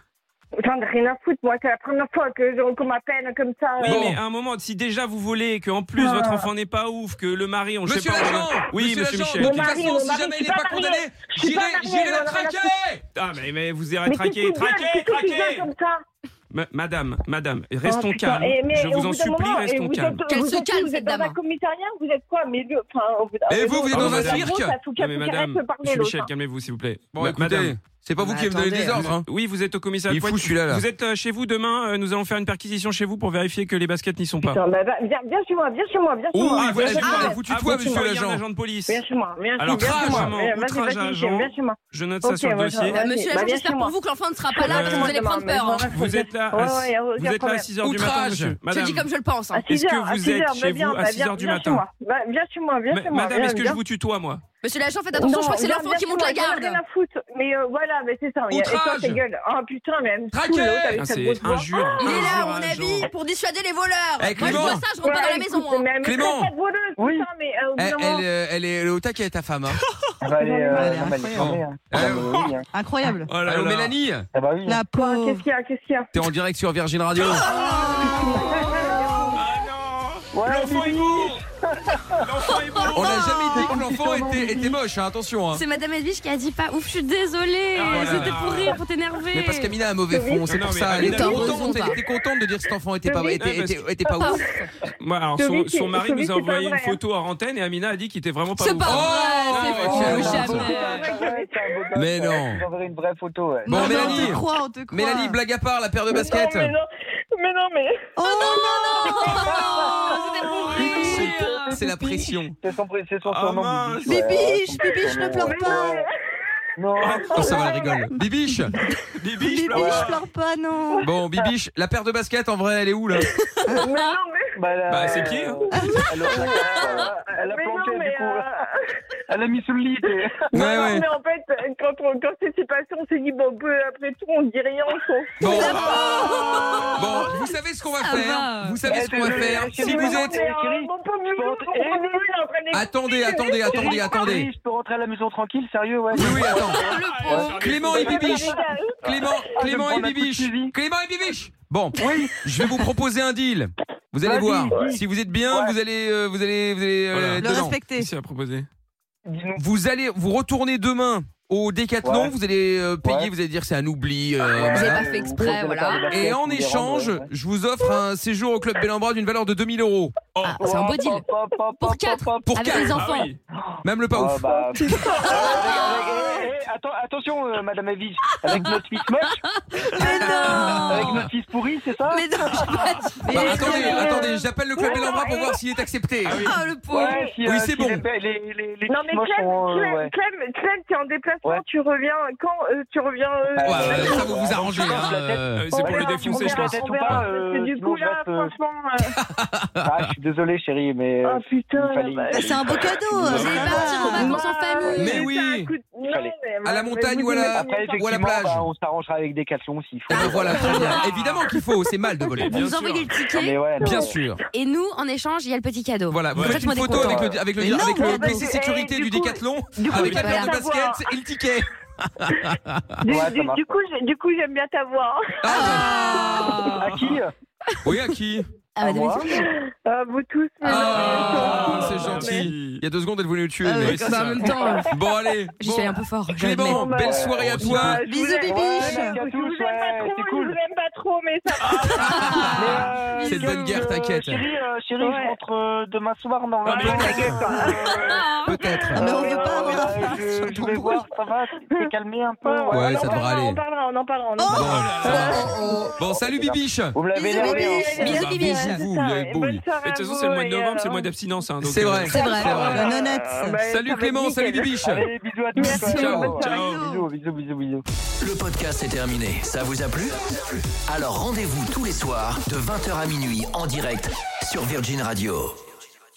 [SPEAKER 7] J'en ai rien à foutre, moi. C'est la première fois que je- qu'on m'appelle comme ça.
[SPEAKER 5] Oui,
[SPEAKER 7] euh,
[SPEAKER 5] mais à un moment, si déjà vous voulez, que en plus votre
[SPEAKER 7] Ah.
[SPEAKER 5] enfant n'est pas ouf, que le mari, on ne sait
[SPEAKER 2] Monsieur
[SPEAKER 5] pas.
[SPEAKER 2] l'agent
[SPEAKER 5] Oui, monsieur
[SPEAKER 2] l'agent,
[SPEAKER 5] Michel.
[SPEAKER 2] De
[SPEAKER 7] Mon
[SPEAKER 2] toute
[SPEAKER 7] mari,
[SPEAKER 2] façon,
[SPEAKER 7] mon
[SPEAKER 2] si
[SPEAKER 7] mari,
[SPEAKER 2] jamais
[SPEAKER 7] je
[SPEAKER 2] il
[SPEAKER 7] suis
[SPEAKER 2] n'est pas
[SPEAKER 7] pas mariée.
[SPEAKER 2] condamné,
[SPEAKER 7] Je suis
[SPEAKER 2] j'irai
[SPEAKER 7] pas mariée,
[SPEAKER 2] j'irai le
[SPEAKER 7] voilà, voilà,
[SPEAKER 2] traquer
[SPEAKER 5] Ah, mais, mais vous irez
[SPEAKER 7] mais qu'est-ce que
[SPEAKER 5] traquer,
[SPEAKER 7] tu veux,
[SPEAKER 5] traquer,
[SPEAKER 7] qu'est-ce que tu veux
[SPEAKER 5] traquer
[SPEAKER 7] comme ça
[SPEAKER 5] Ma- Madame, madame, restons
[SPEAKER 7] Oh, putain.
[SPEAKER 5] calmes.
[SPEAKER 7] Eh, mais
[SPEAKER 5] Je
[SPEAKER 7] au
[SPEAKER 5] vous en
[SPEAKER 7] bout d'un
[SPEAKER 5] supplie,
[SPEAKER 7] moment, eh,
[SPEAKER 5] restons
[SPEAKER 7] vous
[SPEAKER 5] calmes.
[SPEAKER 7] êtes-
[SPEAKER 8] Qu'elle
[SPEAKER 7] vous
[SPEAKER 8] se
[SPEAKER 7] êtes-
[SPEAKER 8] calme,
[SPEAKER 7] Vous
[SPEAKER 8] cette
[SPEAKER 7] êtes dans un
[SPEAKER 8] dame.
[SPEAKER 7] commissariat, vous êtes quoi Mais le- enfin, au bout d'un-
[SPEAKER 2] Et vous, vous êtes
[SPEAKER 5] dans un
[SPEAKER 2] cirque
[SPEAKER 7] Ça fout
[SPEAKER 5] Non,
[SPEAKER 7] qu'à
[SPEAKER 5] mais
[SPEAKER 7] foutre
[SPEAKER 5] madame,
[SPEAKER 7] la parler
[SPEAKER 5] monsieur Michel,
[SPEAKER 7] l'autre.
[SPEAKER 5] calmez-vous, s'il vous plaît.
[SPEAKER 2] Bon,
[SPEAKER 5] Ma-
[SPEAKER 2] Bah, écoutez, c'est pas vous
[SPEAKER 8] Mais
[SPEAKER 2] qui avez donné
[SPEAKER 8] attendez,
[SPEAKER 2] des ordres. hein.
[SPEAKER 5] Oui, vous êtes au commissariat.
[SPEAKER 2] Il est fou,
[SPEAKER 5] Poitiers.
[SPEAKER 2] celui-là, là.
[SPEAKER 5] Vous êtes euh, chez vous demain. euh, nous allons faire une perquisition chez vous pour vérifier que les baskets n'y sont pas.
[SPEAKER 7] Putain, bah, bah, viens, viens chez moi, viens chez moi, viens chez
[SPEAKER 2] Oh,
[SPEAKER 7] moi.
[SPEAKER 2] oui, voilà,
[SPEAKER 7] viens,
[SPEAKER 2] je-
[SPEAKER 7] chez moi.
[SPEAKER 2] ah, vous tutoie,
[SPEAKER 5] vous
[SPEAKER 2] monsieur
[SPEAKER 5] tutoyez
[SPEAKER 2] l'agent.
[SPEAKER 5] un agent de police.
[SPEAKER 7] viens chez moi, viens
[SPEAKER 5] Alors,
[SPEAKER 7] viens chez moi.
[SPEAKER 5] outrage,
[SPEAKER 7] Viens,
[SPEAKER 5] outrage
[SPEAKER 7] vas-y, vas-y,
[SPEAKER 5] à
[SPEAKER 7] Michel,
[SPEAKER 5] agent.
[SPEAKER 7] viens chez moi.
[SPEAKER 5] Je note
[SPEAKER 7] Ok,
[SPEAKER 5] ça sur le
[SPEAKER 7] ouais,
[SPEAKER 5] dossier.
[SPEAKER 7] ouais.
[SPEAKER 8] Monsieur
[SPEAKER 7] Bah,
[SPEAKER 8] l'agent,
[SPEAKER 7] viens
[SPEAKER 8] j'espère
[SPEAKER 7] chez
[SPEAKER 8] pour
[SPEAKER 7] moi.
[SPEAKER 8] vous que l'enfant ne sera pas là,
[SPEAKER 5] Ouais.
[SPEAKER 8] que vous allez
[SPEAKER 7] Demain,
[SPEAKER 8] prendre
[SPEAKER 7] mais
[SPEAKER 8] peur.
[SPEAKER 7] je m'en
[SPEAKER 8] hein.
[SPEAKER 7] vais.
[SPEAKER 5] Vous êtes là. à-
[SPEAKER 7] Ouais, ouais, ouais,
[SPEAKER 5] Vous êtes là à
[SPEAKER 7] problème.
[SPEAKER 5] 6 h du matin,
[SPEAKER 2] Outrage.
[SPEAKER 5] monsieur.
[SPEAKER 8] Je
[SPEAKER 5] Madame.
[SPEAKER 8] dis comme je le pense. hein.
[SPEAKER 7] À 6
[SPEAKER 5] Est-ce que
[SPEAKER 7] heures, à
[SPEAKER 5] vous
[SPEAKER 7] 6
[SPEAKER 5] êtes
[SPEAKER 7] heures,
[SPEAKER 5] chez
[SPEAKER 7] bah,
[SPEAKER 5] vous
[SPEAKER 7] viens,
[SPEAKER 5] à
[SPEAKER 7] bah,
[SPEAKER 5] 6 heures du
[SPEAKER 7] viens
[SPEAKER 5] matin
[SPEAKER 7] chez moi. Bah, Viens chez moi, viens
[SPEAKER 5] Ma-
[SPEAKER 7] chez moi.
[SPEAKER 5] Madame,
[SPEAKER 7] viens,
[SPEAKER 5] est-ce que je
[SPEAKER 7] viens.
[SPEAKER 5] vous tutoie, moi
[SPEAKER 8] Monsieur l'agent, faites attention,
[SPEAKER 7] Non,
[SPEAKER 8] je crois que c'est
[SPEAKER 7] viens,
[SPEAKER 8] l'enfant
[SPEAKER 7] viens
[SPEAKER 8] qui
[SPEAKER 7] chez
[SPEAKER 8] monte
[SPEAKER 7] moi,
[SPEAKER 8] la
[SPEAKER 7] j'en ai rien
[SPEAKER 8] garde.
[SPEAKER 7] à foutre. Mais euh, voilà, mais c'est ça. Et- Et toi,
[SPEAKER 2] Outrage.
[SPEAKER 7] ta gueule. Ah putain, mais elle me
[SPEAKER 2] Traqué.
[SPEAKER 7] saoule, l'autre, avec
[SPEAKER 5] Ah,
[SPEAKER 7] sa
[SPEAKER 5] C'est
[SPEAKER 7] grosse voix.
[SPEAKER 5] injure.
[SPEAKER 8] Il est là,
[SPEAKER 5] injure
[SPEAKER 8] à
[SPEAKER 5] à
[SPEAKER 8] mon
[SPEAKER 5] l'agent.
[SPEAKER 8] avis, pour dissuader les voleurs.
[SPEAKER 2] Eh,
[SPEAKER 8] Moi, je
[SPEAKER 2] Clément.
[SPEAKER 8] vois ça, je rentre pas dans la
[SPEAKER 7] Ouais,
[SPEAKER 8] maison.
[SPEAKER 7] écoute,
[SPEAKER 8] hein.
[SPEAKER 7] mais elle me
[SPEAKER 2] Clément.
[SPEAKER 7] traite pas de voleuse,
[SPEAKER 3] Oui.
[SPEAKER 7] putain, mais, euh, au bout
[SPEAKER 2] Elle,
[SPEAKER 7] d'un moment-
[SPEAKER 2] elle, euh, elle est elle est au taquet, ta femme. Hein.
[SPEAKER 3] Elle va aller, euh,
[SPEAKER 4] Elle est
[SPEAKER 3] elle va aller
[SPEAKER 4] incroyable.
[SPEAKER 3] fermer, hein.
[SPEAKER 2] Eh,
[SPEAKER 3] Ah bah oui, hein.
[SPEAKER 4] Incroyable.
[SPEAKER 5] Oh là
[SPEAKER 2] Allô,
[SPEAKER 5] là.
[SPEAKER 2] Mélanie
[SPEAKER 3] Ah bah oui. hein.
[SPEAKER 4] La
[SPEAKER 7] Qu'est-ce
[SPEAKER 4] pauvre.
[SPEAKER 7] qu'il y a Qu'est-ce qu'il y a
[SPEAKER 2] T'es en direct sur Virgin Radio.
[SPEAKER 5] Oh Ah non
[SPEAKER 3] Ouais,
[SPEAKER 5] L'enfant est
[SPEAKER 3] Bibi.
[SPEAKER 5] beau L'enfant est beau
[SPEAKER 2] On n'a jamais dit que l'enfant était, était moche, hein, attention. Hein.
[SPEAKER 6] C'est Madame Edwige qui a dit pas ouf, je suis désolée.
[SPEAKER 5] Ah, voilà.
[SPEAKER 6] C'était pour rire, pour t'énerver.
[SPEAKER 2] Mais parce qu'Amina a un mauvais fond, c'est
[SPEAKER 5] Non,
[SPEAKER 2] pour
[SPEAKER 5] mais
[SPEAKER 2] ça. Elle
[SPEAKER 5] Amina,
[SPEAKER 2] était,
[SPEAKER 8] t'as
[SPEAKER 2] contente,
[SPEAKER 8] raison,
[SPEAKER 2] elle
[SPEAKER 8] pas.
[SPEAKER 2] était contente de dire cet enfant était pas,
[SPEAKER 7] Oui.
[SPEAKER 2] était,
[SPEAKER 5] Ouais, parce
[SPEAKER 2] était, était pas ouf.
[SPEAKER 5] Moi, alors,
[SPEAKER 7] Celui
[SPEAKER 5] son,
[SPEAKER 7] qui-
[SPEAKER 5] son mari
[SPEAKER 7] celui
[SPEAKER 5] nous a
[SPEAKER 7] qui est pas
[SPEAKER 5] envoyé une
[SPEAKER 7] vrai, hein.
[SPEAKER 5] photo à antenne et Amina a dit qu'il était vraiment pas
[SPEAKER 8] C'est
[SPEAKER 5] beau.
[SPEAKER 8] pas
[SPEAKER 2] Oh,
[SPEAKER 8] vrai,
[SPEAKER 2] ouais,
[SPEAKER 8] c'est faux, jamais.
[SPEAKER 2] ouais,
[SPEAKER 3] Ouais, t'es un beau gosse,
[SPEAKER 2] Mais
[SPEAKER 3] ouais.
[SPEAKER 2] non.
[SPEAKER 3] Je vous enverrai une vraie photo. ouais.
[SPEAKER 2] Bon,
[SPEAKER 4] Non, mais
[SPEAKER 2] Mélanie.
[SPEAKER 4] On te croit, on te croit.
[SPEAKER 2] Mélanie, blague à part, la paire de
[SPEAKER 7] Mais
[SPEAKER 2] baskets.
[SPEAKER 7] non, mais non, mais non, mais.
[SPEAKER 4] Oh non, non,
[SPEAKER 2] Oh,
[SPEAKER 8] C'était pour
[SPEAKER 6] Ah,
[SPEAKER 8] rire.
[SPEAKER 2] C'est la pression.
[SPEAKER 3] C'est son, pré- c'est son
[SPEAKER 5] Ah,
[SPEAKER 3] surnom.
[SPEAKER 5] mince.
[SPEAKER 3] Bibiche, ouais,
[SPEAKER 4] Bibiche,
[SPEAKER 3] son petit
[SPEAKER 4] Bibiche,
[SPEAKER 3] surnom,
[SPEAKER 4] ne pleure
[SPEAKER 3] ouais.
[SPEAKER 4] pas.
[SPEAKER 3] Ouais. Non.
[SPEAKER 2] Oh, ça va, elle rigole. Bibiche
[SPEAKER 5] Oh, Bibi, je
[SPEAKER 4] Bibi,
[SPEAKER 5] pleure.
[SPEAKER 4] je pleure pas, non.
[SPEAKER 2] Bon, Bibiche, la paire de baskets, en vrai, elle est où là
[SPEAKER 7] Mais non, mais.
[SPEAKER 3] Bah, elle a-
[SPEAKER 5] Bah, c'est pied, hein.
[SPEAKER 3] Elle a, elle a- elle a
[SPEAKER 7] mais
[SPEAKER 3] planté,
[SPEAKER 7] non, mais,
[SPEAKER 3] du coup.
[SPEAKER 7] euh,
[SPEAKER 3] Elle a mis sous le lit. t'es-
[SPEAKER 2] Ouais,
[SPEAKER 7] non,
[SPEAKER 2] ouais.
[SPEAKER 7] mais en fait, quand, on, quand c'est passé, on s'est dit, bon, peu après tout, on dit rien, on s'en fout.
[SPEAKER 2] Bon, bon vous savez ce qu'on va
[SPEAKER 6] Ça
[SPEAKER 2] faire.
[SPEAKER 6] va.
[SPEAKER 2] Vous savez ce qu'on va
[SPEAKER 3] Désolé,
[SPEAKER 2] faire.
[SPEAKER 3] je
[SPEAKER 2] Si
[SPEAKER 3] suis
[SPEAKER 2] vous
[SPEAKER 3] vraiment
[SPEAKER 2] êtes.
[SPEAKER 7] Mais, euh,
[SPEAKER 3] Thierry,
[SPEAKER 7] mon pauvre
[SPEAKER 3] je
[SPEAKER 7] Mimi, mon
[SPEAKER 3] pense-
[SPEAKER 7] pauvre Mimi, il est en train de-
[SPEAKER 2] Attendez, attendez, attendez, attendez.
[SPEAKER 3] Je peux rentrer à la maison tranquille, sérieux, ouais.
[SPEAKER 2] Oui, oui, attends. Clément et
[SPEAKER 7] Il est en train de-
[SPEAKER 2] Bibiche. Clément,
[SPEAKER 3] Ah,
[SPEAKER 2] Clément
[SPEAKER 3] prends
[SPEAKER 2] et
[SPEAKER 3] la coupe
[SPEAKER 2] Bibiche.
[SPEAKER 3] Suzy.
[SPEAKER 2] Clément et Bibiche. Bon, je vais vous proposer un deal. Vous allez
[SPEAKER 3] Vas-y.
[SPEAKER 2] voir.
[SPEAKER 3] Ouais.
[SPEAKER 2] Si vous êtes bien,
[SPEAKER 3] Ouais.
[SPEAKER 2] vous allez, euh, vous allez, vous allez euh,
[SPEAKER 5] Voilà.
[SPEAKER 2] être
[SPEAKER 4] Le
[SPEAKER 2] dedans.
[SPEAKER 4] respecter.
[SPEAKER 5] Qu'est-ce qu'il a proposé
[SPEAKER 3] Dis-nous.
[SPEAKER 2] Vous allez, vous retournez demain au Décathlon.
[SPEAKER 3] Ouais.
[SPEAKER 2] Vous allez euh, payer.
[SPEAKER 3] Ouais.
[SPEAKER 2] Vous allez dire c'est un oubli. euh,
[SPEAKER 3] Ouais,
[SPEAKER 8] Vous avez
[SPEAKER 2] voilà.
[SPEAKER 8] pas fait
[SPEAKER 3] ou-
[SPEAKER 8] exprès,
[SPEAKER 3] ou de la
[SPEAKER 8] voilà.
[SPEAKER 3] part de la
[SPEAKER 2] Et
[SPEAKER 3] fête,
[SPEAKER 2] en
[SPEAKER 3] ou des
[SPEAKER 2] échange,
[SPEAKER 3] rendez-vous, ouais.
[SPEAKER 2] je vous offre un séjour au club Bellambra d'une valeur de 2000 euros.
[SPEAKER 6] Ah, c'est un beau deal.
[SPEAKER 3] Hop, hop, hop, hop,
[SPEAKER 6] Pour
[SPEAKER 3] hop,
[SPEAKER 6] quatre.
[SPEAKER 3] hop.
[SPEAKER 2] Oh, Pour
[SPEAKER 6] Avec
[SPEAKER 2] quatre.
[SPEAKER 6] les enfants.
[SPEAKER 5] Ah oui.
[SPEAKER 2] Même le pas
[SPEAKER 3] Ah,
[SPEAKER 2] ouf.
[SPEAKER 3] bah, putain. Euh, eh, eh, eh, Attends, attention, euh, Madame Evige, avec notre fils moche,
[SPEAKER 4] Mais
[SPEAKER 3] avec
[SPEAKER 4] non.
[SPEAKER 3] notre fils pourri, c'est ça
[SPEAKER 4] Mais non, j'ai pas dit-
[SPEAKER 2] Bah,
[SPEAKER 4] Mais-
[SPEAKER 2] attendez, attendez, j'appelle le club Bellambra pour voir s'il est accepté.
[SPEAKER 4] Ah, le pauvre.
[SPEAKER 3] Ouais, si,
[SPEAKER 2] Oui,
[SPEAKER 3] euh,
[SPEAKER 2] c'est
[SPEAKER 3] si
[SPEAKER 2] bon.
[SPEAKER 3] Les, les, les, les
[SPEAKER 7] Non,
[SPEAKER 3] petits
[SPEAKER 7] mais
[SPEAKER 3] moches
[SPEAKER 7] Clem,
[SPEAKER 3] sont, euh,
[SPEAKER 7] Clem,
[SPEAKER 3] ouais.
[SPEAKER 7] Clem, Clem, t'es en déplacement,
[SPEAKER 3] Ouais.
[SPEAKER 7] tu reviens quand euh, Tu reviens. euh,
[SPEAKER 2] Ouais,
[SPEAKER 3] Ouais,
[SPEAKER 2] ouais, ça
[SPEAKER 3] ouais.
[SPEAKER 2] vous vous arrangez.
[SPEAKER 3] Ah,
[SPEAKER 2] hein,
[SPEAKER 5] Euh,
[SPEAKER 2] euh.
[SPEAKER 5] C'est
[SPEAKER 7] on
[SPEAKER 5] pour le
[SPEAKER 7] verra, on
[SPEAKER 5] défoncer, je
[SPEAKER 7] verra,
[SPEAKER 5] pense.
[SPEAKER 3] peut-être
[SPEAKER 7] on
[SPEAKER 3] ou pas,
[SPEAKER 7] verra,
[SPEAKER 3] euh,
[SPEAKER 7] parce que du
[SPEAKER 3] sinon,
[SPEAKER 7] coup,
[SPEAKER 3] je
[SPEAKER 7] là,
[SPEAKER 3] reste, euh,
[SPEAKER 7] franchement. euh,
[SPEAKER 3] Ah, je suis désolé, chérie, mais. euh,
[SPEAKER 7] Oh putain.
[SPEAKER 3] il fallait-
[SPEAKER 7] bah,
[SPEAKER 4] Bah, C'est un beau cadeau.
[SPEAKER 6] Vous allez
[SPEAKER 4] euh.
[SPEAKER 6] partir en vacances en famille.
[SPEAKER 2] Mais oui.
[SPEAKER 7] c'est un coup de- non,
[SPEAKER 3] Fallait.
[SPEAKER 7] mais-
[SPEAKER 2] À la
[SPEAKER 7] mais
[SPEAKER 2] montagne
[SPEAKER 7] vous
[SPEAKER 2] ou à la-
[SPEAKER 7] imaginez
[SPEAKER 3] Après,
[SPEAKER 7] pas.
[SPEAKER 2] ou à la
[SPEAKER 3] effectivement,
[SPEAKER 2] plage.
[SPEAKER 3] bah, on s'arrangera avec des caleçons s'il faut.
[SPEAKER 2] Ah bah voilà, très bien. Évidemment qu'il faut, c'est mal de voler.
[SPEAKER 5] Bien
[SPEAKER 6] Vous
[SPEAKER 5] sûr.
[SPEAKER 6] envoyez le
[SPEAKER 3] Non, Ah, mais
[SPEAKER 6] ticket
[SPEAKER 3] ouais, non.
[SPEAKER 2] Bien sûr.
[SPEAKER 6] et nous, en échange, il y a le petit cadeau.
[SPEAKER 2] Voilà, vous
[SPEAKER 5] Ouais.
[SPEAKER 2] faites une
[SPEAKER 6] Faites-moi des
[SPEAKER 2] photo
[SPEAKER 6] comptons.
[SPEAKER 2] avec le, avec le,
[SPEAKER 4] Mais non,
[SPEAKER 2] avec le
[SPEAKER 4] mais
[SPEAKER 2] PC
[SPEAKER 7] du-
[SPEAKER 2] sécurité
[SPEAKER 7] eh,
[SPEAKER 2] du
[SPEAKER 7] du coup-
[SPEAKER 2] Décathlon,
[SPEAKER 7] du coup,
[SPEAKER 2] avec la
[SPEAKER 6] je
[SPEAKER 2] paire de
[SPEAKER 6] vais
[SPEAKER 7] savoir.
[SPEAKER 2] baskets et le ticket.
[SPEAKER 7] Du,
[SPEAKER 3] Ouais, ça
[SPEAKER 7] du-
[SPEAKER 3] marche.
[SPEAKER 7] du coup, j'ai- du coup, j'aime bien ta voix.
[SPEAKER 4] Ah.
[SPEAKER 3] À qui euh
[SPEAKER 2] Ah, Oui, à qui
[SPEAKER 6] Ah,
[SPEAKER 3] À
[SPEAKER 6] Madame
[SPEAKER 3] moi
[SPEAKER 7] Euh, vous tous. mais-
[SPEAKER 2] Ah,
[SPEAKER 7] mais-
[SPEAKER 2] c'est gentil. Il y a deux secondes, elle voulait le tuer.
[SPEAKER 4] Ah
[SPEAKER 2] mais-
[SPEAKER 4] oui,
[SPEAKER 5] c'est
[SPEAKER 6] Edwige. Bah, En
[SPEAKER 5] ça.
[SPEAKER 6] même temps,
[SPEAKER 2] Bon, allez.
[SPEAKER 6] j'y suis allée
[SPEAKER 2] Bon,
[SPEAKER 6] un peu fort. je l'admets.
[SPEAKER 2] Clément,
[SPEAKER 7] l'admets.
[SPEAKER 2] belle soirée à toi.
[SPEAKER 7] Ah, je vous
[SPEAKER 4] Bisous,
[SPEAKER 7] aime-
[SPEAKER 4] Bibiche.
[SPEAKER 7] ouais,
[SPEAKER 3] Merci à
[SPEAKER 7] Je
[SPEAKER 3] tous,
[SPEAKER 7] vous aime pas
[SPEAKER 3] ouais,
[SPEAKER 7] trop,
[SPEAKER 3] c'est
[SPEAKER 7] je
[SPEAKER 3] cool.
[SPEAKER 7] vous aime pas trop, mais ça va.
[SPEAKER 3] Mais, euh,
[SPEAKER 2] Ah, C'est de bonne
[SPEAKER 3] Guillaume,
[SPEAKER 2] guerre,
[SPEAKER 3] euh,
[SPEAKER 2] t'inquiète.
[SPEAKER 3] Chérie, euh, chérie,
[SPEAKER 7] Ouais.
[SPEAKER 3] je rentre euh, demain soir
[SPEAKER 5] Ah, mais
[SPEAKER 3] normalement.
[SPEAKER 5] ta gueule,
[SPEAKER 3] Euh,
[SPEAKER 2] Peut-être.
[SPEAKER 4] Ah, mais on veut
[SPEAKER 3] euh,
[SPEAKER 4] pas avoir un
[SPEAKER 3] euh,
[SPEAKER 4] flash
[SPEAKER 3] je-
[SPEAKER 4] sur
[SPEAKER 3] je
[SPEAKER 4] ton
[SPEAKER 3] vais
[SPEAKER 4] bras.
[SPEAKER 3] voir ça va, t'es calmé un peu.
[SPEAKER 2] Ouais,
[SPEAKER 3] voilà.
[SPEAKER 2] ça devrait aller.
[SPEAKER 7] On parlera, on en parlera, on en
[SPEAKER 2] Bon,
[SPEAKER 7] parlera.
[SPEAKER 2] bon, salut Bibiche.
[SPEAKER 3] Vous me l'avez
[SPEAKER 8] Bisous,
[SPEAKER 3] énervé. hein.
[SPEAKER 8] Bibiche.
[SPEAKER 6] Bisous,
[SPEAKER 5] bah,
[SPEAKER 6] Bibiche.
[SPEAKER 7] C'est
[SPEAKER 2] Vous,
[SPEAKER 7] ça,
[SPEAKER 2] la
[SPEAKER 7] et
[SPEAKER 2] bouille.
[SPEAKER 7] bonne soirée
[SPEAKER 5] Mais de
[SPEAKER 7] à
[SPEAKER 5] toute façon,
[SPEAKER 7] vous,
[SPEAKER 5] c'est le mois de
[SPEAKER 7] et
[SPEAKER 5] novembre, c'est le
[SPEAKER 7] alors
[SPEAKER 5] mois d'abstinence. hein, donc,
[SPEAKER 2] C'est
[SPEAKER 5] euh,
[SPEAKER 2] vrai.
[SPEAKER 6] C'est vrai.
[SPEAKER 2] C'est vrai.
[SPEAKER 7] Euh,
[SPEAKER 6] Nonette.
[SPEAKER 7] bah,
[SPEAKER 2] Salut
[SPEAKER 7] ça va
[SPEAKER 2] Clément,
[SPEAKER 7] être
[SPEAKER 2] salut
[SPEAKER 7] nickel.
[SPEAKER 2] Bibiche.
[SPEAKER 3] hein. Allez, bisous à tous.
[SPEAKER 7] Merci,
[SPEAKER 3] ciao.
[SPEAKER 7] bonne soirée.
[SPEAKER 3] Bisous, bisous, bisous, bisous.
[SPEAKER 1] Le podcast est terminé. Ça vous a plu Alors rendez-vous tous les soirs de 20h à minuit en direct sur Virgin Radio.